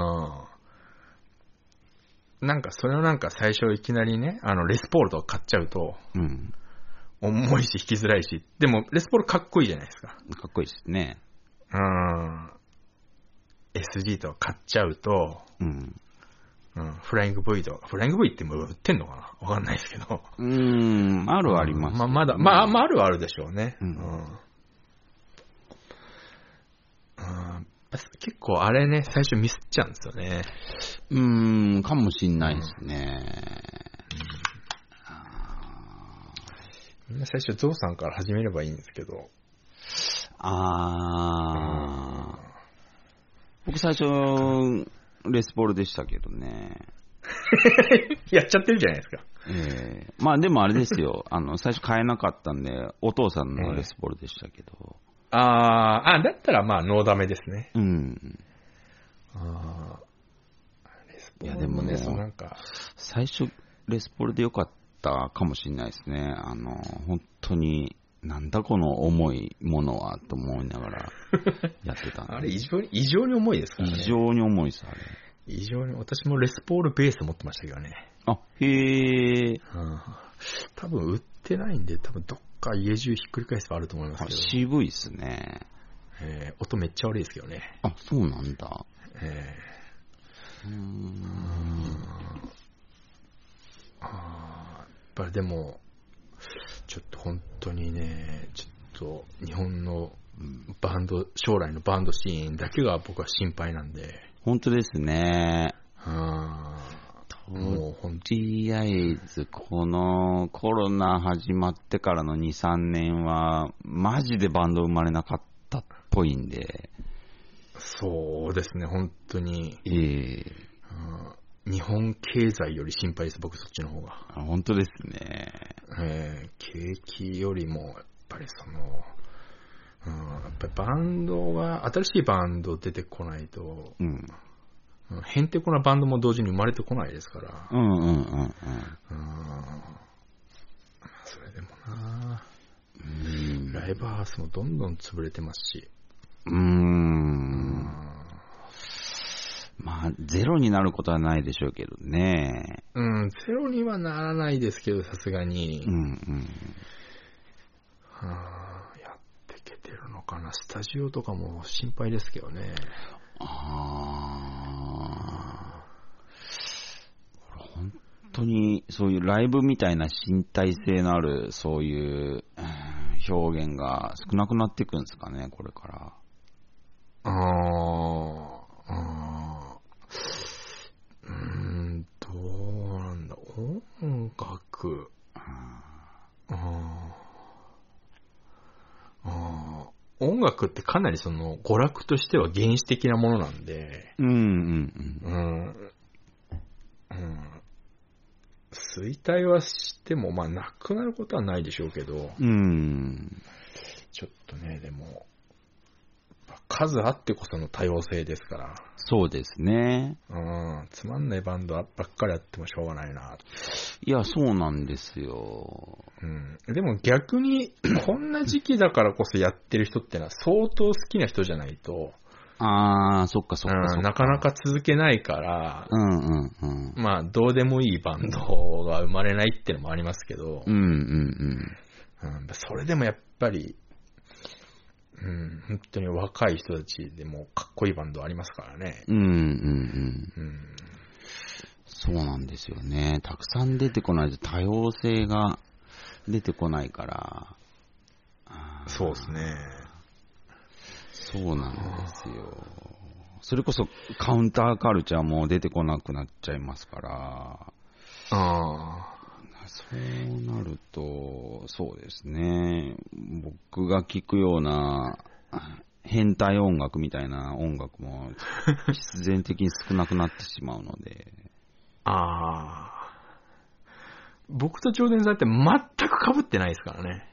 B: ん。なんかそれをなんか最初いきなりね、あの、レスポールとか買っちゃうと、
A: うん。
B: 重いし弾きづらいし、でもレスポールかっこいいじゃないですか。
A: かっこいいですね。
B: うん。SG とか買っちゃうと、
A: うん。
B: うん、フライング V とか、フライング V ってもう売ってんのかなわかんないですけど。
A: うーん。あるはあります、
B: まあ、まだ、まあ、まあ、あるはあるでしょうね。
A: うん
B: うん結構あれね、最初ミスっちゃうんですよね。
A: うーん、かもしんないですね。
B: みんな最初ゾウさんから始めればいいんですけど。
A: あー。僕最初、レスポールでしたけどね。
B: やっちゃってるじゃないですか。
A: ええまあでもあれですよ。あの、最初買えなかったんで、お父さんのレスポールでしたけど。
B: あーあ、だったらまあノーダメですね。
A: うん。
B: あ
A: いやでもね
B: ね、そうなんか、
A: 最初、レスポールでよかったかもしれないですね。あの、本当に、なんだこの重いものは、と思いなが らやってたんで
B: あれ異常に、異常に重いですからね。
A: 異。常に重いです、あれ。
B: 異常に、私もレスポールベース持ってましたけどね。
A: あ、へえ。
B: うん。多分売ってないんで、多分どっか家中ひっくり返すはあると思います
A: あ
B: けど。
A: 渋いっすね。
B: えー音めっちゃ悪いですけどね。
A: あ、そうなんだ。
B: え
A: うーん
B: ーあーやっぱりでも、ちょっと本当にね、ちょっと日本のバンド、将来のバンドシーンだけが僕は心配なんで、
A: 本当ですね。
B: あーもう本
A: とりあえず、このコロナ始まってからの2、3年は、マジでバンド生まれなかったっぽいんで、
B: 当、そうですね、本当に、
A: ええ
B: うん日本経済より心配です、僕そっちの方が。
A: あ本当ですね。
B: えー景気よりも、やっぱりその、うん、やっぱりバンドは、新しいバンド出てこないと、
A: うん。
B: うんへんてこなバンドも同時に生まれてこないですから。
A: うんうんうんうん。
B: うん。それでもな
A: うん
B: ライブハウスもどんどん潰れてますし。
A: うーん。
B: うん
A: ゼロになることはないでしょうけどね。
B: うん、ゼロにはならないですけど、さすがに。
A: うんうん。
B: はあやってけてるのかな。スタジオとかも心配ですけどね。
A: あーこれ本当にそういうライブみたいな身体性のあるそういううん表現が少なくなっていくんですかね、これから。
B: あーあー、うーん、どうなんだ、音楽、あーあー、音楽ってかなりその娯楽としては原始的なものなんで、
A: うんうん
B: うん、うん、衰退はしても、まあなくなることはないでしょうけど、
A: うん。うん。
B: ちょっとね、でも、まあ数あってこその多様性ですから、
A: そうですね。
B: うん、つまんないバンドばっかりやってもしょうがないな。
A: いや、そうなんですよ。
B: うん。でも逆 に、こんな時期だからこそやってる人ってのは相当好きな人じゃないと、
A: あー、そっかそっかそっ
B: うん
A: か。
B: なかなか続けないから、
A: うんうんうん。
B: まあ、どうでもいいバンドが生まれないってのもありますけど
A: う、んうん
B: うん、それでもやっぱり、うん、本当に若い人たちでもかっこいいバンドありますからね。
A: うん。うんうんうん。
B: うん。
A: そうなんですよね。たくさん出てこないと多様性が出てこないから。あー
B: そうですね。
A: そうなんですよ。それこそカウンターカルチャーも出てこなくなっちゃいますから。
B: ああ。
A: そうなると、そうですね。僕が聞くような変態音楽みたいな音楽も必然的に少なくなってしまうので。
B: ああ。僕と超伝さんって全く被ってないですからね。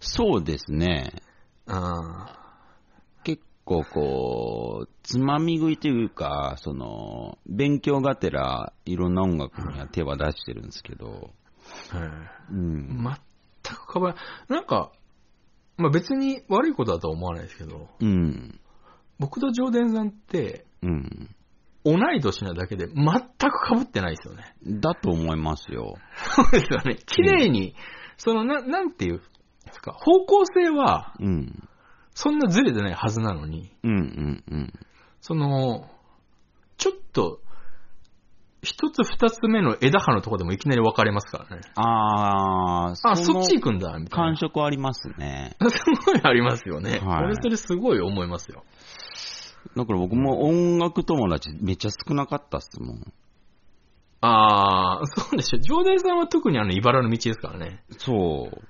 A: そうですね。
B: あ
A: 結構こう、つまみ食いというか、その、勉強がてらいろんな音楽には手は出してるんですけど、
B: あ。
A: うん。
B: 全く被らない。なんか、まあ別に悪いことだとは思わないですけど、
A: うん。
B: 僕と上伝さんって
A: うん。
B: 同い年なだけで全く被ってないですよね。
A: だと思いますよ。
B: そうですよね。綺麗に、そのな、なんていうんですか、方向性は
A: うん。
B: そんなずれてないはずなのに、
A: うんうんうん。
B: その、ちょっと、一つ二つ目の枝葉のとこでもいきなり分かれますからね。
A: あー、
B: あ、
A: の
B: そっち行くんだ、みたい
A: 感
B: な。
A: 触ありますね。
B: すごいありますよね。
A: はい
B: 俺それすごい思いますよ。
A: だから僕も音楽友達めっちゃ少なかったっすもん。
B: ああ、そうでしょ。上田さんは特にあの、茨の道ですからね。
A: そう。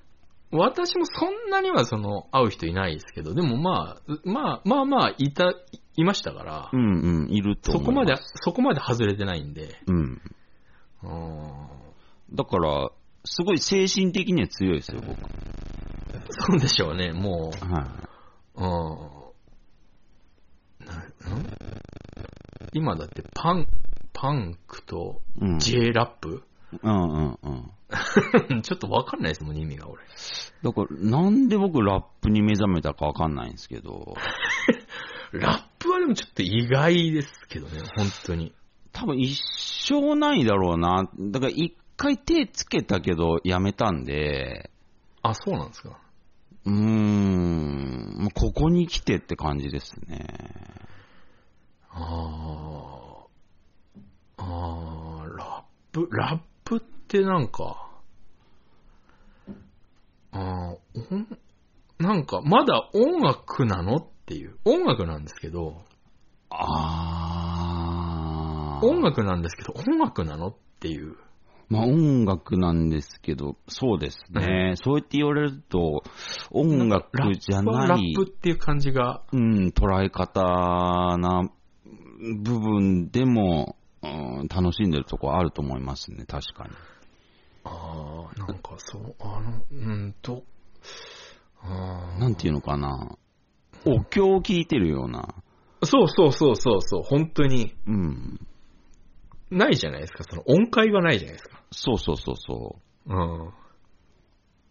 B: 私もそんなにはその、会う人いないですけど、でもまあ、まあ、まあまあ、いた、いましたから、
A: うんうん、いると
B: そ
A: 思
B: こ
A: い
B: ま
A: ます。
B: で、そこまで外れてないんで。
A: うん。
B: うーん
A: だから、すごい精神的には強いですよ、僕。
B: そうでしょうね、も
A: はい。
B: う。うん。な、ん今だってパン、パンクと
A: うん。
B: J ラップ、
A: うんうんうん。
B: ちょっとわかんないですもん、意味が俺。
A: だから、なんで僕ラップに目覚めたかわかんないんですけど、
B: ラップはでもちょっと意外ですけどね、本当に。
A: 多分一生ないだろうな。だから一回手つけたけどやめたんで、
B: あ、そうなんですか。
A: うーん、もうここに来てって感じですね。
B: あー。あー、ラップ、ラップってなんか、あー、おんなんかまだ音楽なのっていう。音楽なんですけど、
A: あー。
B: 音楽なんですけど、音楽なのっていう。
A: まあ音楽なんですけど、そうですね。そうやって言われると、音楽
B: ラッ
A: じゃ
B: プはラ
A: ない
B: ップっていう感じが、
A: うん、捉え方な部分でも、うん、楽しんでるとこあると思いますね、確かに。
B: ああ、なんかそう、あの、うんと、あ
A: なんていうのかな、お経を聞いてるような、
B: あ、そうそうそうそうそう、本当に、
A: うん、
B: ないじゃないですか、その音階がないじゃないですか。
A: そうそうそうそ
B: うん。
A: う。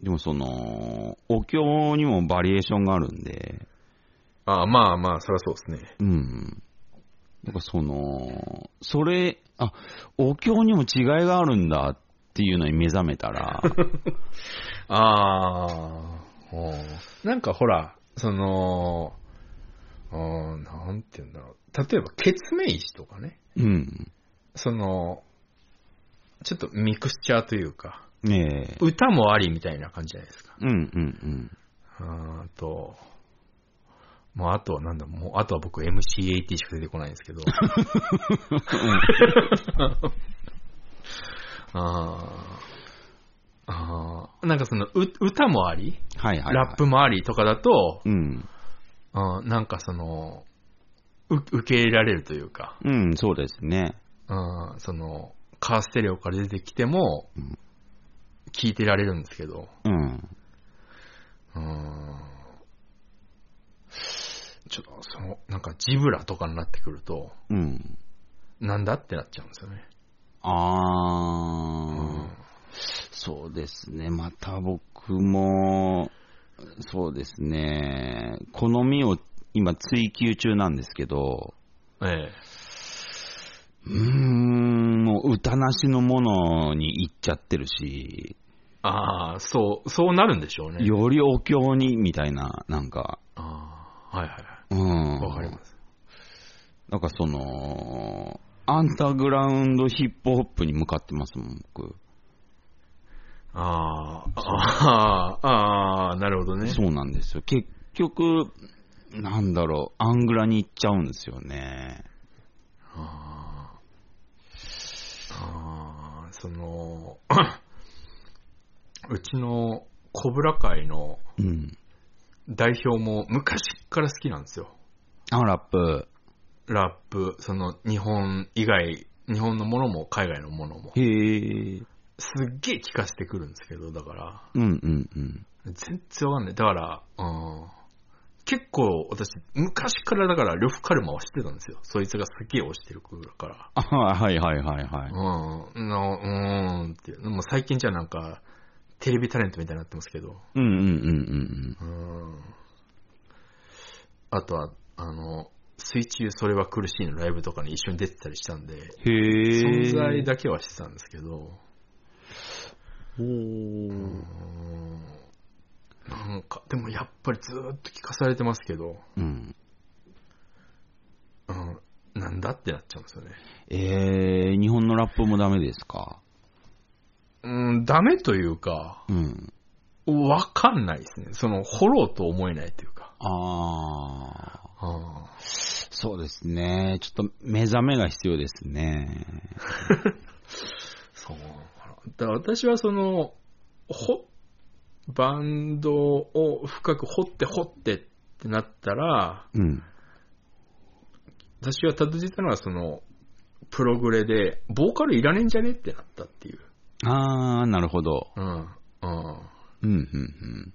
A: でもその、お経にもバリエーションがあるんで、
B: ああ、まあまあ、そりゃそうですね。
A: うん。なんかその、それ、あ、お経にも違いがあるんだっていうのに目覚めた ら、
B: あーおー、なんかほら、その、あーなんて言うんだろう。例えば、血明石とかね。
A: うん。
B: その、ちょっとミクスチャーというか、
A: ねえ。
B: 歌もありみたいな感じじゃないですか。
A: うんうん
B: あーと、まあ、あとはなんだ、もう、あとは僕 MCAT しか出てこないんで すけど。 あーあーなんかその、う歌もあり、
A: うん。はいはい、はい。
B: ラップもありとかだと、
A: うん。
B: あーなんかその、う受け入れられるというか、
A: うん、そうですね。
B: あーその、カーステレオから出てきても
A: うん、
B: 聞いてられるんですけど、
A: うん。
B: うーんちょっと、その、なんかジブラとかになってくると、
A: うん。
B: なんだってなっちゃうんですよね。
A: あ
B: う
A: ー、
B: ん
A: そうですね。また僕も、そうですね。好みを今追求中なんですけど、
B: ええ。
A: うーん、もう歌なしのものに行っちゃってるし、
B: ああ、そう、そうなるんでしょうね。
A: よりお経に、みたいな、なんか、
B: ああ、はいはいは
A: うん。
B: い。わかります。
A: なんかその、アンダーグラウンドヒップホップに向かってますもん、僕。
B: ああ、ああ、ああ、なるほどね。
A: そうなんですよ。結局、なんだろう、アングラに行っちゃうんですよね。
B: ああああ、その、 うちのコブラ会の
A: うん。
B: 代表も昔っから好きなんですよ。
A: あ、ラップ。
B: ラップ、その日本以外、日本のものも海外のものも。
A: へえ。
B: すっげえ聞かせてくるんですけど、だから。
A: うんうんうん。
B: 全然わかんない。だから、うん。結構私、昔からだから、呂布カルマは知ってたんですよ。そいつがすっげえ推してる子だから。
A: あ、はいはいはいは
B: う
A: い。
B: ん。のうーんって。でも最近じゃなんか、テレビタレントみたいになってますけど。
A: うんうんうん
B: うん。あとは、あの、水中それは苦しいのライブとかに一緒に出てたりしたんで、
A: うん。へえ。
B: 存在だけはしてたんですけど、
A: おー
B: うん。なんか、でもやっぱりずーっと聞かされてますけど、
A: うん。
B: うん、なんだってなっちゃうんですよね。
A: えー、日本のラップもダメですか
B: うん、ダメというか、
A: うん。
B: わかんないですね。その、掘ろうと思えないというか。
A: あー、
B: ああ
A: そうですね。ちょっと目覚めが必要ですね。
B: そうなのかな。だから私はその、ほ、バンドを深く掘って掘ってってなったら、
A: うん。
B: 私はたどり着いたのはその、プログレで、ボーカルいらねえんじゃねってなったっていう。
A: あー、なるほど。
B: うん。うん。
A: うんうん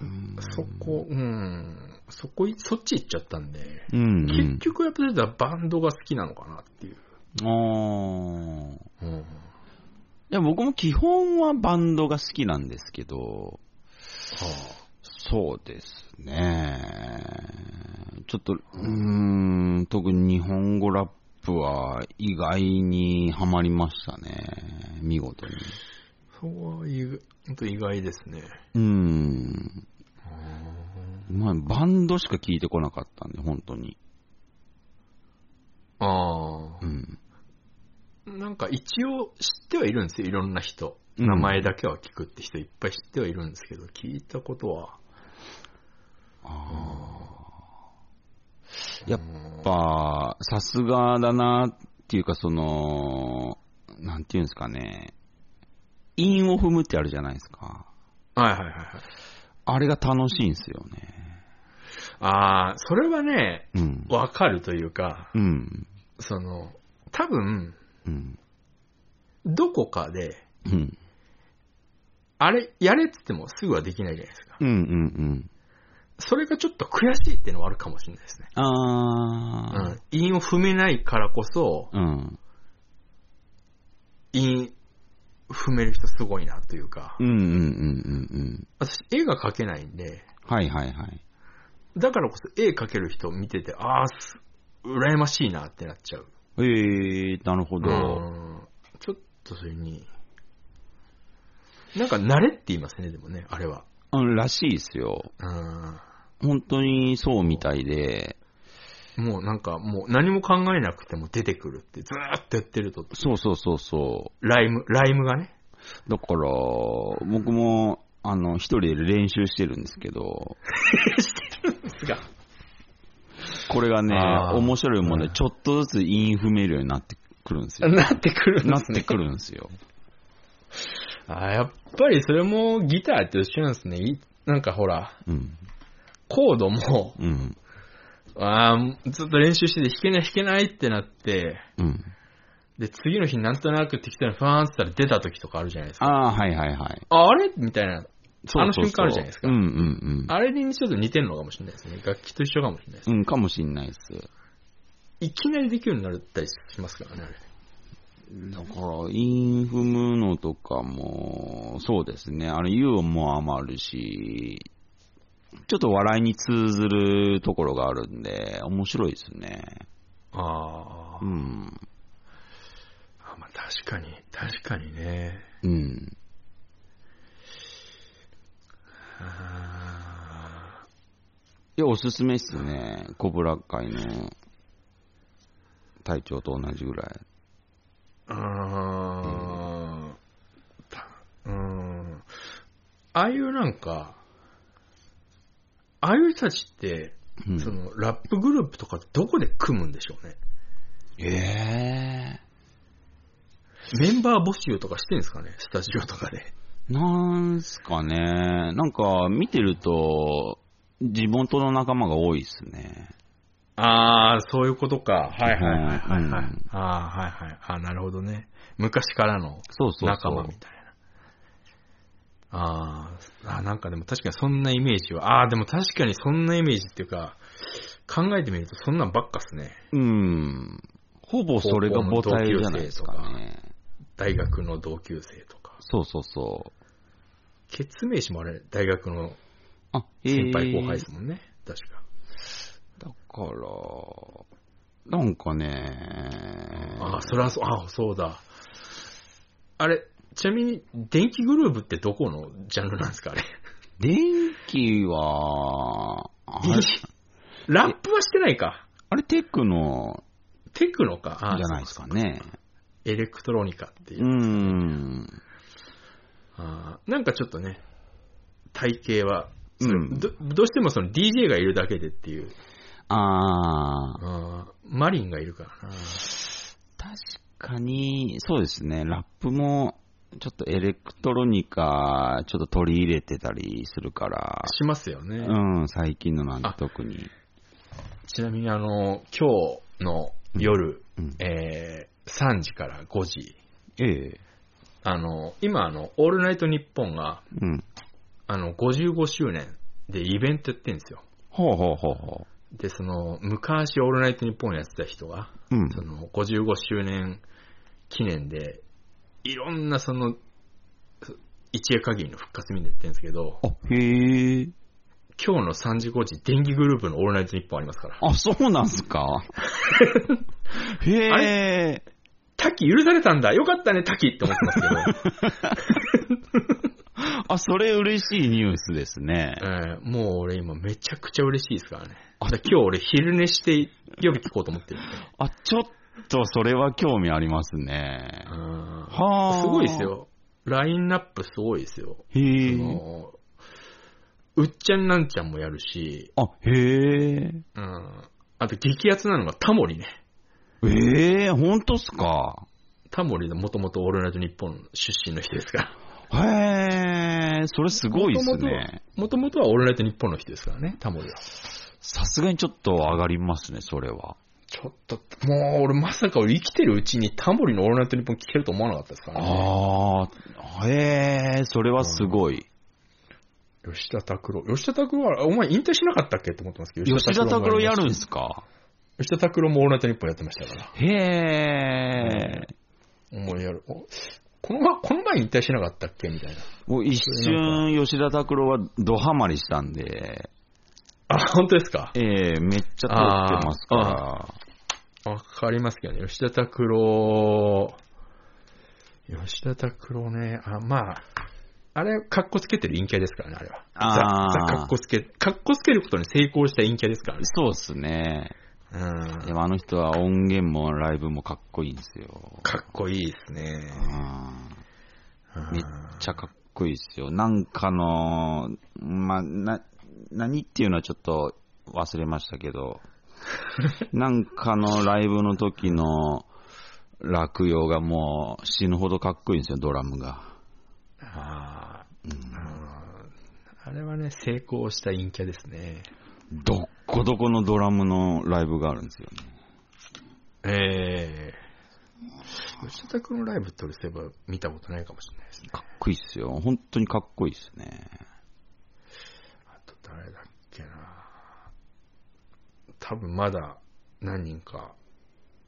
A: うん。
B: そこ、うん。そこい、そっち行っちゃったんで、
A: うん、うん。
B: 結局やっぱりだからバンドが好きなのかなっていう。
A: あー。
B: うん。
A: いや、僕も基本はバンドが好きなんですけど、そうですね。ちょっと、うーん、特に日本語ラップは意外にハマりましたね。見事に。
B: そうは意外ほんと意外ですね。
A: うーん。まあ、バンドしか聞いてこなかったんで、本当に。
B: ああ
A: う。ん。
B: なんか一応知ってはいるんですよ、いろんな人。
A: うん
B: 名前だけは聞くって人いっぱい知ってはいるんですけど、聞いたことは。
A: やっぱ、さすがだなっていうか、その、なんていうんですかね。韻を踏むってあるじゃないですか。
B: はいはいはいはい。
A: あれが楽しいんですよね。
B: ああ、それはね、
A: うん。
B: わかるというか、
A: うん。
B: その、多分、
A: うん。
B: どこかで、
A: うん。
B: あれ、やれって言ってもすぐはできないじゃないですか。
A: うん。うん。
B: それがちょっと悔しいっていうのはあるかもしれないですね。う
A: あ
B: ん。韻を踏めないからこそ、
A: ー。うん。
B: 韻踏める人すごいなというか、
A: うん。うん。うん。うん。うん。
B: 私絵が描けないんで、
A: はいはいはい。
B: だからこそ絵描ける人を見てて、ああ、す羨ましいなってなっちゃう。
A: えー、なるほど。
B: うんちょっとそれに、なんか慣れって言いますね、でもね、あれは。
A: あらしいですよ。
B: うん
A: 本当にそうみたいで、
B: もうなんかもう何も考えなくても出てくるってずーっとやってると、
A: そうそうそうそ
B: ライム、ライムがね。
A: う。だから、僕も、あの、一人で練習してるんですけど、これがね
B: あ、ー
A: 面白いもんで、ちょっとずつ韻踏めるようになってくるんですよ。
B: なってくるん
A: な
B: で
A: っ
B: す
A: て
B: ね。
A: くるんですよ。
B: あやっぱりそれもギターって一緒なんですね。いなんかほら、
A: うん。
B: コードも、
A: うん。
B: あーずっと練習してて弾けない弾けないってなって、
A: うん。
B: で、次の日なんとなく適当にファーンって言ったら出た時とかあるじゃないですか。
A: ああ、はいはいはい。
B: ああれみたいな。
A: そうそうそう
B: あの瞬間あるじゃないですか
A: うんうん
B: あれにちょっと似てるのかもしれないですね。楽器と一緒かもしれないです。
A: うん。うん、かもしんないっす。だか
B: いきなりできるようになったりしますからね、あれ。
A: ら、インフムのとかも、そうですね。あの、ユーモアもあるし、ちょっと笑いに通ずるところがあるんで、面白いですね。
B: あ
A: う
B: ー
A: ん。
B: あ。まあ確かに、確かにね。
A: うん。
B: あ
A: いや、おすすめっすね。コブラ会の隊長と同じぐらい。
B: ーあーたうん。ああいうなんか、ああいう人たちって、
A: うん
B: そのラップグループとかどこで組むんでしょうね。
A: ええ
B: メンバー募集とかしてるんですかね、スタジオとかで。
A: なんすかね。なんか、見てると、地元の仲間が多いっすね。
B: ああ、そういうことか。はいはいはいはい、はい
A: うん
B: ああ、はいはい。ああ、なるほどね。昔からの
A: そうそうそう。
B: 仲間みたいな。あーあー、なんかでも確かにそんなイメージは。ああ、でも確かにそんなイメージっていうか、考えてみるとそんなんばっかっすね。
A: うん。ほぼそれが母体じゃないですか
B: 高校の同
A: ね。
B: 大学の同級生とか。
A: そうそうそう。
B: 決名詞もあれ、大学の
A: あ、ええ
B: 先輩後輩ですもんね。確か。
A: だから、なんかね。
B: ああ、それはそう、ああ、そうだ。あれ、ちなみに、電気グループってどこのジャンルなんで すかあれ。
A: 電気は、あれ、
B: ラップはしてないか。
A: あれテクノ
B: テクノか。
A: じ
B: あ
A: ゃ
B: ー
A: ないですかね。
B: エレクトロニカっていう
A: う。ん。
B: あーなんかちょっとね、体型は、
A: うん
B: どどうしてもその DJ がいるだけでっていう、
A: ああ、
B: あーマリンがいるからな。
A: 確かに、そうですね。ラップも、ちょっとエレクトロニカ、ちょっと取り入れてたりするから。
B: しますよね。
A: うん、最近のなんて特に。
B: ちなみにあの、今日の夜、
A: うん、
B: えー3時から5時、
A: ええ。
B: あの、今あの、オールナイトニッポンが、
A: うん。
B: あの、55周年でイベントやってるんですよ。
A: ほうほうほうほ
B: で、その、昔オールナイトニッポンやってた人が、
A: う。うん。
B: その55周年記念で、いろんなその、一夜限りの復活みたいなやってるんですけど、
A: あ、へえ。
B: 今日の3時5時、電気グループのオールナイトニッポンありますから。
A: あ、そうなんす かへえ。
B: 滝許されたんだよかったね、滝って思ってますけど、
A: あ、それ嬉しいニュースですね。
B: えーもう俺今めちゃくちゃ嬉しいですからね。だから今日俺昼寝して予備聞こうと思ってるんで。
A: あ、ちょっとそれは興味ありますね。
B: うん
A: はあ。
B: すごいです。よ。ラインナップすごいですよ。
A: へ
B: そ
A: え。
B: のうっちゃんなんちゃんもやるし、
A: あ、へえ。
B: うん、あと激アツなのがタモリね。
A: ええ、ほんとっすか
B: タモリでもともとオールナイトニッポン出身の人ですから。
A: へえ、それすごいですね。
B: もともとはオールナイトニッポンの人ですからね、タモリは。
A: さすがにちょっと上がりますね、それは。
B: ちょっと、もう俺まさか俺生きてるうちにタモリのオールナイトニッポン聞けると思わなかったですからね。
A: ああ、へえ、それはすごい。
B: 吉田拓郎。吉田拓郎は、お前引退しなかったっけと思ってますけど。
A: 吉田拓郎やるん
B: ん
A: すか
B: 吉田拓郎もオールナイトニッポンやってましたから。
A: へえ。
B: もうやる。おこの前、この前引退しなかったっけみたいな。
A: もう一瞬吉田拓郎はドハマりしたんで、
B: あ、本当ですか
A: ええめっちゃ通ってますから。
B: 変わりますけどね、吉田拓郎、吉田拓郎ね、あ、まあ、あれ、かっこつけてる陰キャですからね、あれは。
A: あー
B: ザ、ザかっこつけ、かっこつけることに成功した陰キャですからね。
A: そうっすね。
B: うん
A: でもあの人は音源もライブもかっこいいんですよ。
B: かっこいいですね。
A: うん
B: うん
A: めっちゃかっこいいですよ。なんかの、まあ、な、何っていうのはちょっと忘れましたけ ど、なんかのライブの時の落葉がもう死ぬほどかっこいいんですよ、ドラムが。
B: あーうんあれはね、成功した陰キャですね。
A: どっこどこのドラムのライブがあるんですよね。
B: ええ吉田拓郎のライブ撮るせば見たことないかもしれないですね。
A: かっこいいっすよ。本当にかっこいいっすね。
B: あと誰だっけな多分まだ何人か。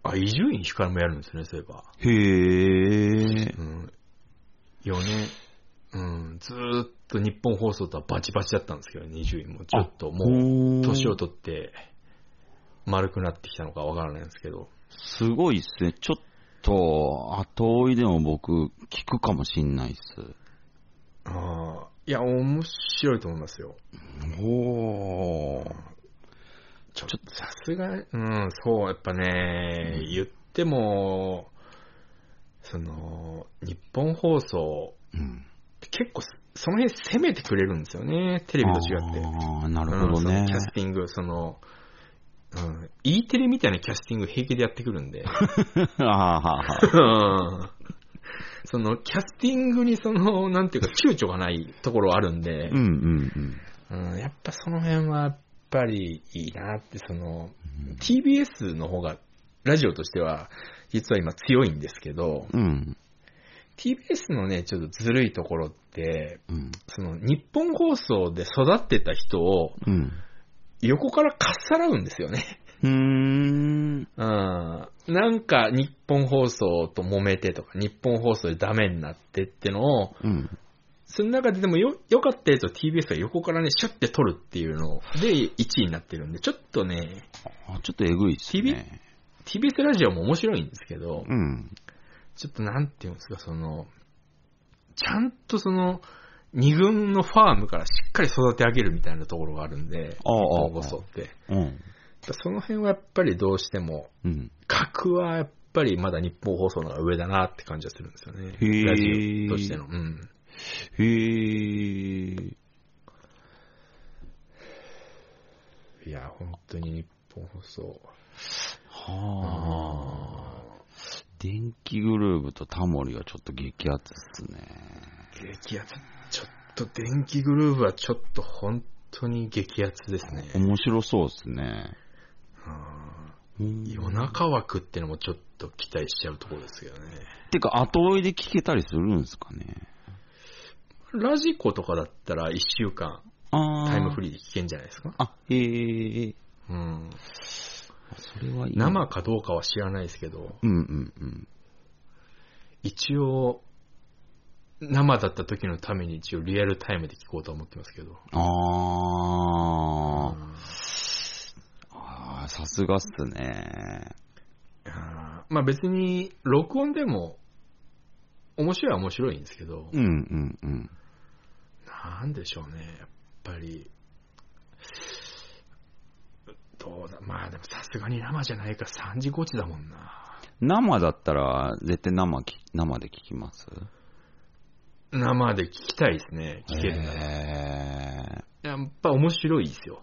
B: あ、伊集院光もやるんですね、そういえば。
A: へえ
B: う。ん。4年、うん、ずーっと日本放送とはバチバチだったんですけど、伊集院も。ちょっともう、
A: う
B: 年を取って、丸くなってきたのかわからないんですけど。
A: すごいっすね。ちょっと、後追いでも僕、聞くかもしんないっす。
B: ああ、いや、面白いと思いますよ。
A: おー。
B: ちょっと、さすが、うん、そう、やっぱね、言っても、その、日本放送、
A: うん。
B: 結構、その辺攻めてくれるんですよね、テレビと違って。
A: ああ、なる
B: うん
A: ほど
B: その
A: ね
B: キ。ャスティング、その、うん、E テレみたいなキャスティング平気でやってくるんで、
A: ああはは
B: うんその、キャスティングにその、なんていうか、躊躇がないところあるんで、
A: うんうん
B: うん、やっぱその辺はやっぱりいいなって、その、TBS の方が、ラジオとしては、実は今強いんですけど、
A: うん。うん。
B: TBS のね、ちょっとずるいところって、
A: うん。
B: その、日本放送で育ってた人を、
A: うん。
B: 横からかっさらうんですよね。
A: うーん。
B: うん。なんか、日本放送と揉めてとか、日本放送でダメになってってのを、
A: うん。
B: その中ででもよ、良かったやつを TBS が横からね、シュッて取るっていうので、1位になってるんで、ちょっとね、
A: あちょっとえぐいっすね。
B: TBS ラジオも面白いんですけど、
A: うん。
B: ちょっとなんていうんですか、その、ちゃんとその、二軍のファームからしっかり育て上げるみたいなところがあるんで、
A: ああああ
B: 日本放送って。
A: うん。
B: その辺はやっぱりどうしても、
A: うん。
B: 格はやっぱりまだ日本放送の方が上だなって感じはするんですよね。
A: へー
B: ラジオとしての。うん。
A: へえ。
B: いや、本当に日本放送。
A: はあ。電気グルーブとタモリはちょっと激アツっすね。
B: 激アツ。ちょっと電気グルーヴはちょっと本当に激アツですね。
A: 面白そうっすね。
B: うん
A: うん
B: 夜中枠ってのもちょっと期待しちゃうところですけどね。
A: てか、後追いで聞けたりするんですかね。
B: ラジコとかだったら1週間
A: あ
B: タイムフ
A: リー。
B: リーで聞けんじゃないですか。
A: あ、へえ。
B: うん。
A: それはいい。
B: 生かどうかは知らないですけど、
A: うんうんうん。
B: 一応、生だった時のために一応リアルタイムで聞こうとは思ってますけど。
A: あー。
B: うん
A: あーさすがっすね。
B: あーまあ別に、録音でも、面白いは面白いんですけど、
A: うんうんうん。
B: なんでしょうね、やっぱり。どうだ、まあでもさすがに生じゃないか、3時5時だもんな。
A: 生だったら、絶対生き、生で聞きます
B: 生で聞きたいですね、聞けるなら。
A: へー。
B: やっぱ面白いですよ。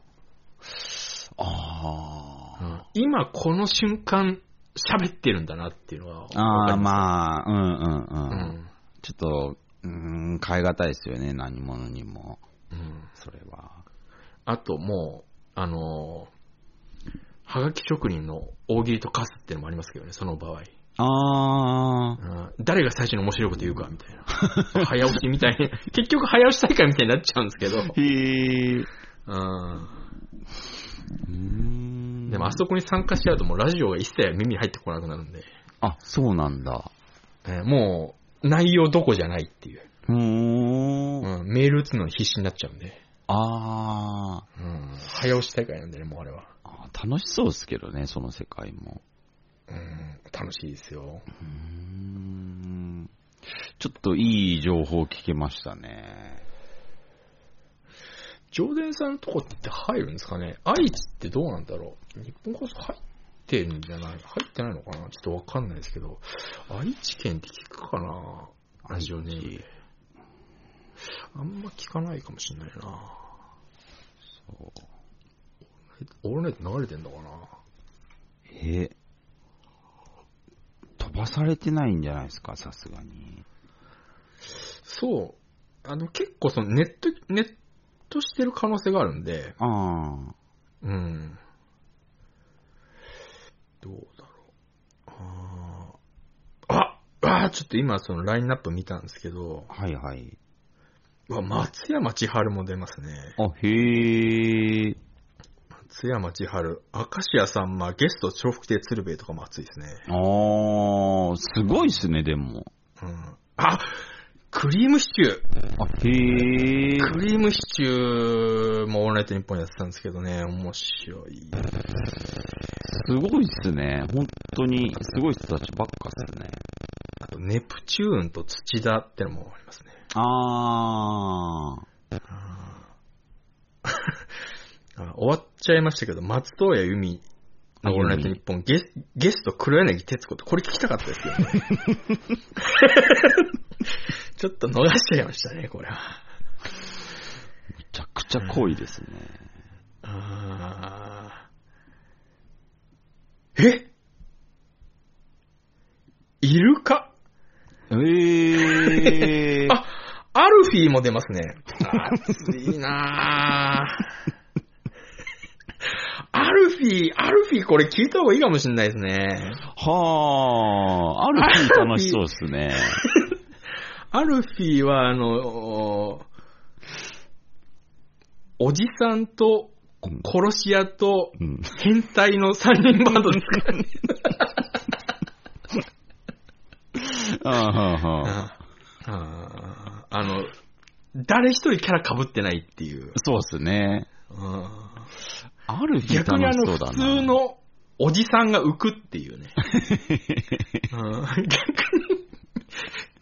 A: あー。
B: 今この瞬間、喋ってるんだなっていうのは。
A: あー、
B: あ。
A: まあ、うん
B: う
A: うんうん。
B: ん。
A: ちょっと、うーん、変え難いですよね、何者にも。
B: うん。
A: それは。
B: あともう、あのー、はがき職人の大喜利とカスっていうのもありますけどね、その場合。
A: あー。
B: うん誰が最初に面白いこと言うか、みたいな。 早押しみたいに。結局早押し大会みたいになっちゃうんですけど。
A: へー。
B: う
A: うー
B: ん。
A: ん
B: でもあそこに参加しちゃうともうラジオが一切耳に入ってこなくなるんで、
A: あ、そうなんだ。
B: えーもう内容どこじゃないっていう。
A: うーん。
B: うん、メール打つのに必死になっちゃうんで。
A: あー
B: うん。早押し大会なんでね、もうあれは。
A: あー。楽しそうですけどね、その世界も。
B: うん。楽しいですよ。
A: うーんちょっといい情報聞けましたね。
B: 上田さんのとこって入るんですかね愛知ってどうなんだろう日本こそ入ってんじゃない入ってないのかなちょっとわかんないですけど。愛知県って聞くかなラジオネームで。あんま聞かないかもしんないな。
A: そう
B: オールナイト流れてんのかな
A: え飛ばされてないんじゃないですか、さすがに。
B: そう。あの、結構そのネット、ネットしてる可能性があるんで、
A: ああ。
B: うん。どうだろう。あーあ、あーちょっと今そのラインナップ見たんですけど、
A: はいはい。
B: うわ、松山千春も出ますね。
A: あ、へえ。
B: 松山千春、明石家さんま、ゲスト重複亭鶴瓶とかも熱いですね。
A: ああ、すごいっすね、でも。
B: うん。あクリームシチュー
A: あ、へえ。
B: クリームシチューもオールナイトニッポンやってたんですけどね、面白い。
A: すごいっすね。本当に、すごい人たちばっかっすね。
B: あと、ネプチューンと土田ってのもありますね。
A: ああ。
B: あ終わっちゃいましたけど、松任谷由実のオールナイトニッポン、ゲスゲスト黒柳徹子って、これ聞きたかったですよね。ちょっと逃しちゃいましたね、これは。
A: めちゃくちゃ濃いですね。
B: あーえイルカ
A: ええ
B: あ、アルフィーも出ますね。熱いなぁ。アルフィー、アルフィーこれ聞いた方がいいかもしれないですね。
A: はあ。ある日楽しそうっす ね。
B: アルフィーは、あの、おじさんと殺し屋と
A: うん。
B: 変態の3人バンドですからね。
A: ああ、はあ、はあ。
B: あああの、誰一人キャラ被ってないっていう。
A: そうっすね。
B: うん
A: ある日
B: 逆にあ
A: 楽しそ
B: の、
A: うだな。
B: 普通。のおじさんが浮くっていうね。うん逆に、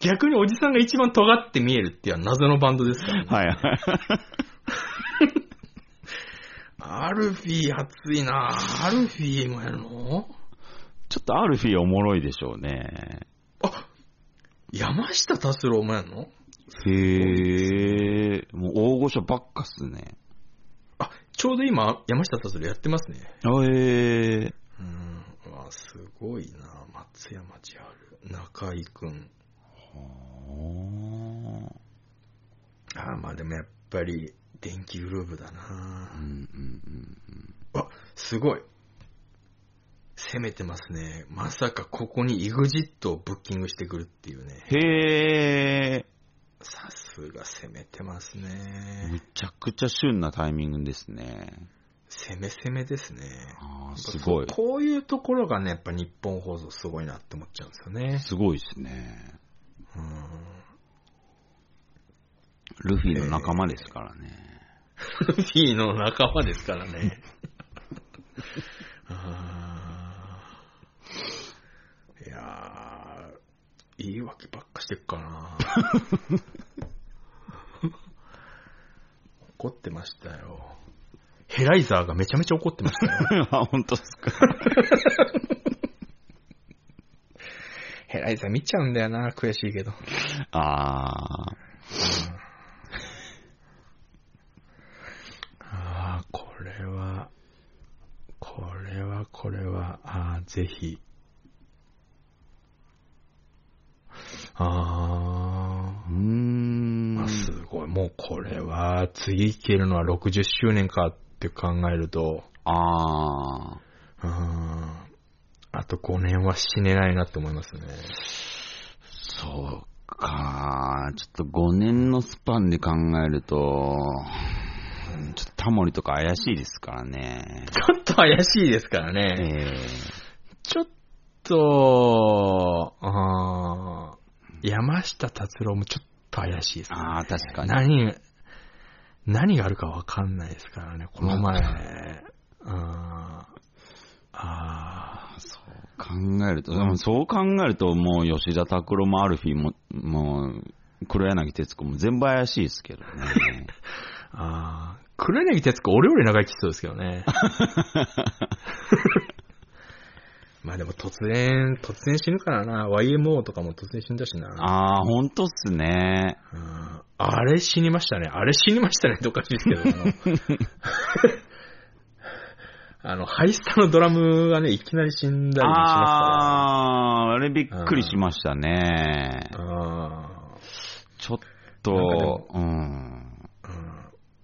B: 逆におじさんが一番尖って見えるっていう謎のバンドですからね。
A: はいはい。
B: アルフィー熱いなぁアルフィーもやるの
A: ちょっとアルフィーおもろいでしょうね。
B: あ山下達郎もやんの
A: へえ。もう大御所ばっかっすね。
B: あ、ちょうど今、山下達郎やってますね。
A: へえ。
B: うん。うわ、すごいな松山千春、中井くん。
A: は
B: あーまあでもやっぱり、電気グルーブだな
A: あ。うんうんうん。
B: あ、すごい。攻めてますね。まさかここに EXIT をブッキングしてくるっていうね。
A: へえ。
B: さすが攻めてます
A: む
B: ね。
A: ちゃくちゃ旬なタイミングですね。
B: 攻め攻めですね。
A: ああ、すごい。
B: こういうところがね、やっぱ日本放送すごいなって思っちゃうんですよね。
A: すごいですね。
B: うん。
A: ルフィの仲間ですからね。
B: ルフィの仲間ですから ね。あーいやー、言い訳ばっかしてっからな。 怒ってましたよ。ヘライザーがめちゃめちゃ怒ってましたよ。
A: あ、本当ですか。
B: ヘライザー見ちゃうんだよな、悔しいけど。
A: ああ。
B: ああ、これは、これは、これは、ああ、ぜひ。あ
A: うー
B: あ、
A: ん
B: まあ、。すごい。もうこれは、次いけるのは60周年かって考えると、
A: ああ。
B: うーん、あと5年は死ねないなって思いますね。
A: そうか。ちょっと5年のスパンで考えると、うんちょっとタモリとか怪しいですからね。
B: ちょっと怪しいですから
A: え
B: ね。
A: え
B: ちょっと、あー山下達郎もちょっと怪しいですね。
A: ああ、確かに。
B: 何、何があるかわかんないですからね、この前。うん。ああ、
A: そう考えると、でもそう考えると、もう吉田拓郎もアルフィーも、もう、黒柳徹子も全部怪しいですけど ね。
B: ああ、黒柳徹子、俺より長生きしそうですけどね。 まあでも突然、突然死ぬからな。YMO とかも突然死んだしな。
A: ああ、ほんとっすね。
B: うんあれ死にましたね。あれ死にましたねっておかしいですけども。 あの、ハイスタのドラムがね、いきなり死んだりしま
A: ああー、あれびっくりしましたね
B: す。からね。あ
A: ちょっと、うん。
B: ーうん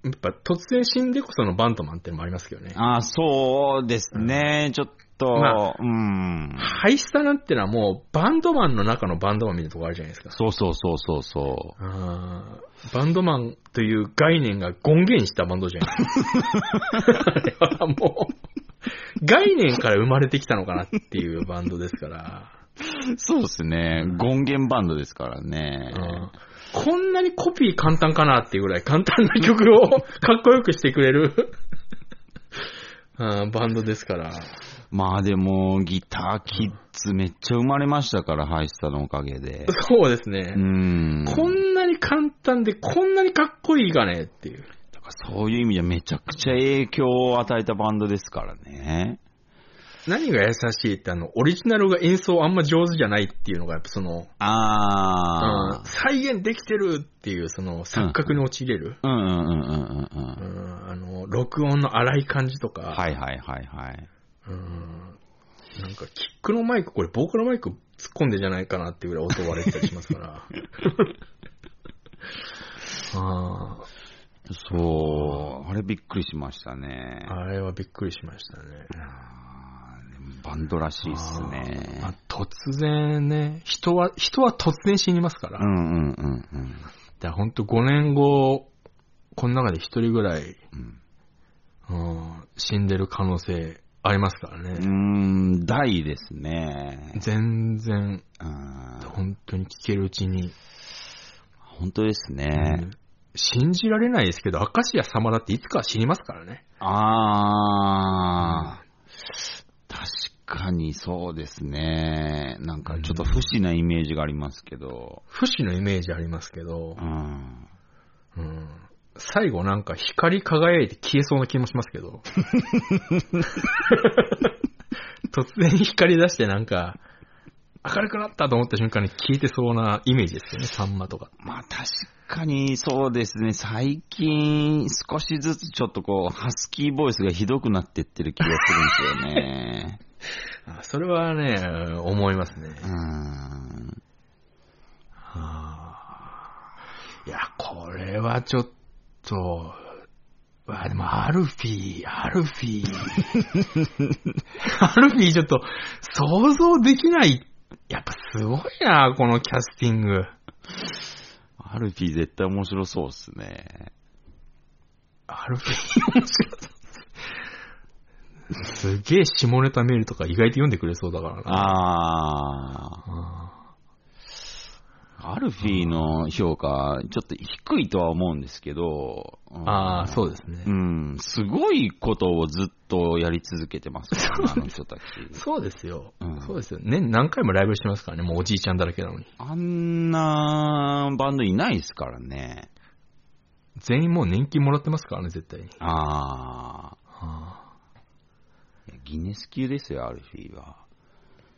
B: やっぱ突然死んでこそのバントマンってのもありますけどね。
A: ああ、そうですね。ちょっと、
B: ま
A: うん。
B: ハイスタなんてのはもうバンドマンの中のバンドマンみたいなとこあるじゃないですか。
A: そうそうそうそうそ
B: あーバンドマンという概念が権限したバンドじゃない ですか。あれはもう、概念から生まれてきたのかなっていうバンドですから、
A: う。そうですね。権限バンドですからね。
B: うんこんなにコピー簡単かなっていうぐらい簡単な曲をかっこよくしてくれるうんバンドですから。
A: まあでも、ギターキッズめっちゃ生まれましたから、ハイスタのおかげで。
B: そうですね
A: う。ん。
B: こんなに簡単でこんなにかっこいいかねっていう。
A: だからそういう意味ではめちゃくちゃ影響を与えたバンドですからね。
B: 何が優しいってあの、オリジナルが演奏あんま上手じゃないっていうのがやっぱその、
A: ああ。
B: 再現できてるっていう、その、錯覚に陥れる。
A: うんうんうんうんうんうん。
B: うん、あの、録音の荒い感じとか、
A: はいはいはいはい。
B: うん、なんか、キックのマイク、これ、ボーカルマイク突っ込んでんじゃないかなっていうぐらい音割れてたりしま すから。あ
A: そう、あれびっくりしましたね
B: ー。あれはびっくりしましたね。
A: あーでもバンドらしいっすね。
B: あーまあ突然ね、人は、人は突然死にますから。
A: うんうんうんうん。
B: だからほんと5年後、この中で1人ぐらい、
A: うん
B: うん、死んでる可能性ありますから
A: う
B: ね。
A: ーん、大ですね。
B: 全然、
A: うん
B: 本当に聞けるうちに、
A: 本当です
B: う
A: ね
B: ん。信じられないですけど、明石家様だっていつかは死にますからね。
A: ああ、確かにそうですね。なんかちょっと不死なイメージがありますけど。
B: 不死のイメージありますけど
A: う、ん。
B: うん、最後なんか光り輝いて消えそうな気もしますけど。 突然光り出してなんか、明るくなったと思った瞬間に消えてそうなイメージですよね、サンマとか。
A: まあ確かにそうですね。最近少しずつちょっとこう、ハスキーボイスがひどくなってってる気がするんですよ ね。
B: あそれはね、思います
A: う
B: ね。
A: ん。
B: いや、これはちょっと、あでも、アルフィー、アルフィ ー。アルフィーちょっと、想像できない。やっぱすごいな、このキャスティング。
A: アルフィー絶対面白そうっすね。
B: アルフィー面白そう。すげえ下ネタメールとか意外と読んでくれそうだからな。
A: あ
B: あ
A: あ。アルフィーの評価、ちょっと低いとは思うんですけど。
B: あー、そうです
A: う
B: ね。
A: ん。すごいことをずっとやり続けてますからね、あの人たち。
B: そうですよ
A: うん。
B: そうですよ。年何回もライブしてますからね、もうおじいちゃんだらけなのに。
A: あんなバンドいないですからね。
B: 全員もう年金もらってますからね、絶対に。
A: ああ。
B: あ
A: いやギネス級ですよ、アルフィーは。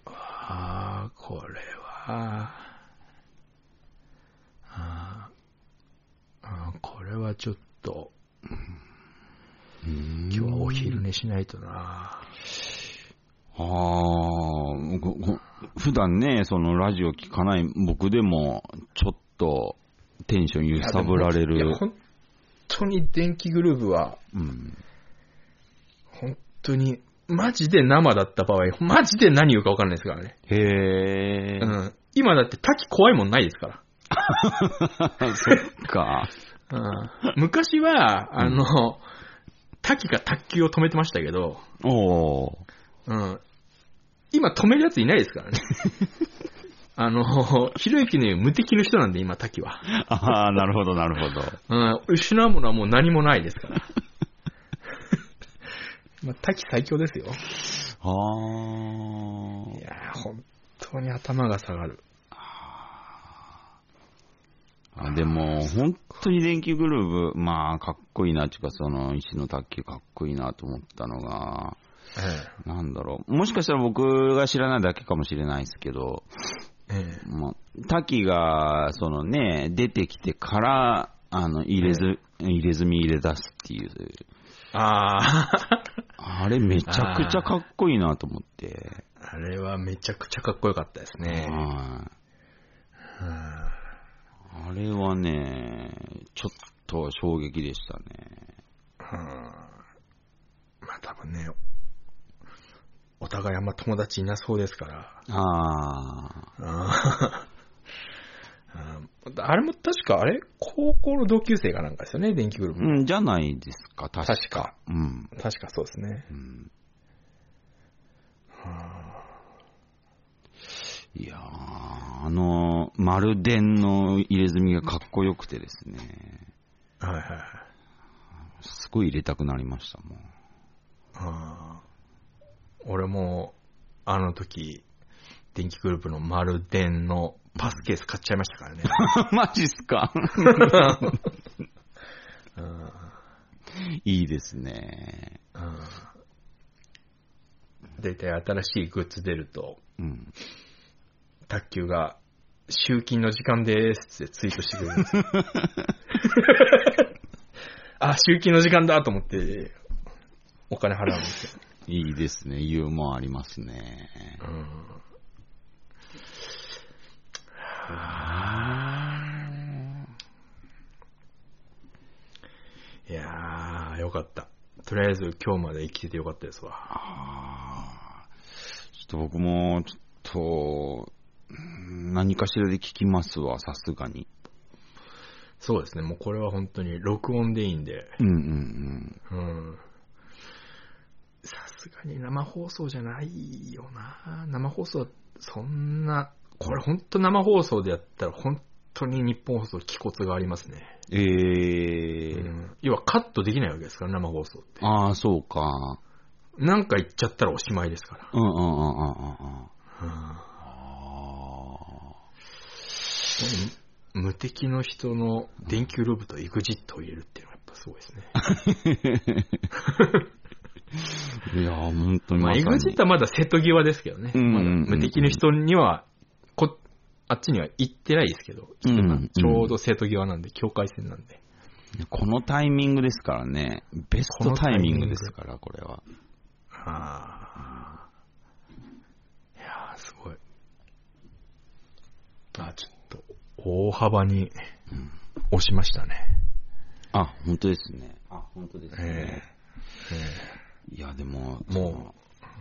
B: あ、これは、あーあー、これはちょっと、
A: 今
B: 今日はお昼寝しないとな。
A: ああ、ごご普段ね、そのラジオ聞かない僕でも、ちょっとテンション揺さぶられ
B: いや
A: る。
B: 本当に電気グルーヴは、
A: うん。
B: 本当に、マジで生だった場合、マジで何言うか分かんないですからね。
A: へえ、
B: うん。今だって滝怖いもんないですから。
A: そっ か。
B: うん、昔は、あの、滝が卓球を止めてましたけど、
A: おー
B: うん。今止めるやついないですから ね。あの、ひろゆきの言う無敵の人なんで、今、滝は。
A: ああ、なるほど、なるほど。
B: うん、失うものはもう何もないですから。 まあ、滝最強ですよ。
A: あ
B: いや当に頭が下がる。
A: あでも、本当に電気グルーブ、まあ、かっこいいなっていうか、その、石の卓球かっこいいなと思ったのが、なんだろう。もしかしたら僕が知らないだけかもしれないですけど、
B: えええ
A: まあ、滝が、そのね、出てきてから、あの、入れず、入れ墨入れ出すっていう、
B: え。ああ。
A: あれめちゃくちゃかっこいいなと思って、
B: あれはめちゃくちゃかっこよかったですね。
A: はい。
B: うん
A: あれはね、ちょっと衝撃でしたね。
B: うんまあ多分ね、お互いあんま友達いなそうですから。
A: ああ。
B: ああれも確かあれ高校の同級生かなんかですよね、電気グループ。
A: うん、じゃないですか、確か。
B: 確か。
A: うん。
B: 確かそうですね。
A: うん、
B: はい
A: やー、あの、丸電の入れ墨がかっこよくてですね、
B: いはいはい。
A: すごい入れたくなりましたもん。
B: あー俺も、あの時、電気グループの丸電のパスケース買っちゃいましたからね。
A: マジっすか
B: うん
A: いいですね。
B: 大体新しいグッズ出ると、
A: うん。
B: 卓球が、集金の時間ですってツイートしてくれるん ですよ。あ、集金の時間だと思って、お金払うんですよ。
A: いいですね。ユーモアありますね。
B: いやー、よかった。とりあえず今日まで生きててよかったですわ。
A: あーちょっと僕も、ちょっと、うん何かしらで聞きますわ、さすがに。
B: そうですね、もうこれは本当に録音でいいんで。
A: うんうんうん。
B: うんさすがに生放送じゃないよな。生放送、そんな、これ本当生放送でやったら本当に日本放送、気骨がありますね。
A: え
B: う
A: ー、
B: ん要はカットできないわけですから、生放送って。
A: ああ、そうか。
B: なんか言っちゃったらおしまいですから。
A: うんうんうんうんうんうん。
B: うん
A: あ
B: 無敵の人の電球ルーブとエグジットを入れるっていうのはやっぱすごいですね。
A: あ。いやー、本当に
B: ま
A: ま
B: あ、
A: さ
B: エ
A: に。
B: グジットはまだ瀬戸際ですけどね。
A: うんうんうんうん
B: まだ無敵の人にはこ、あっちには行ってないですけど、
A: うんうん
B: ちょうど瀬戸際なんで、境界線なんで。
A: このタイミングですからね。ベストタイミングですから、これは。
B: ああ。いやー、すごい。あーちょっと、大幅に押しましたね。
A: あ、本当ですね。あ、本当です
B: え
A: ね。いや、でも、
B: も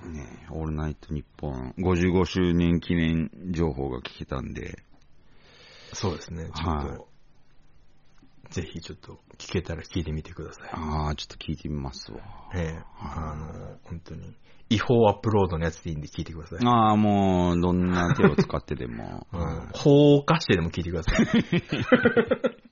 A: う、ね、オールナイト日本55周年記念情報が聞けたんで、
B: そうですね、ちょっと、ぜひちょっと聞けたら聞いてみてください。
A: ああ、ちょっと聞いてみますわ。
B: ええあの、本当に、違法アップロードのやつでいいんで聞いてください。
A: ああ、も う、どんな手を使ってでも。
B: うん。法を犯してでも聞いてください。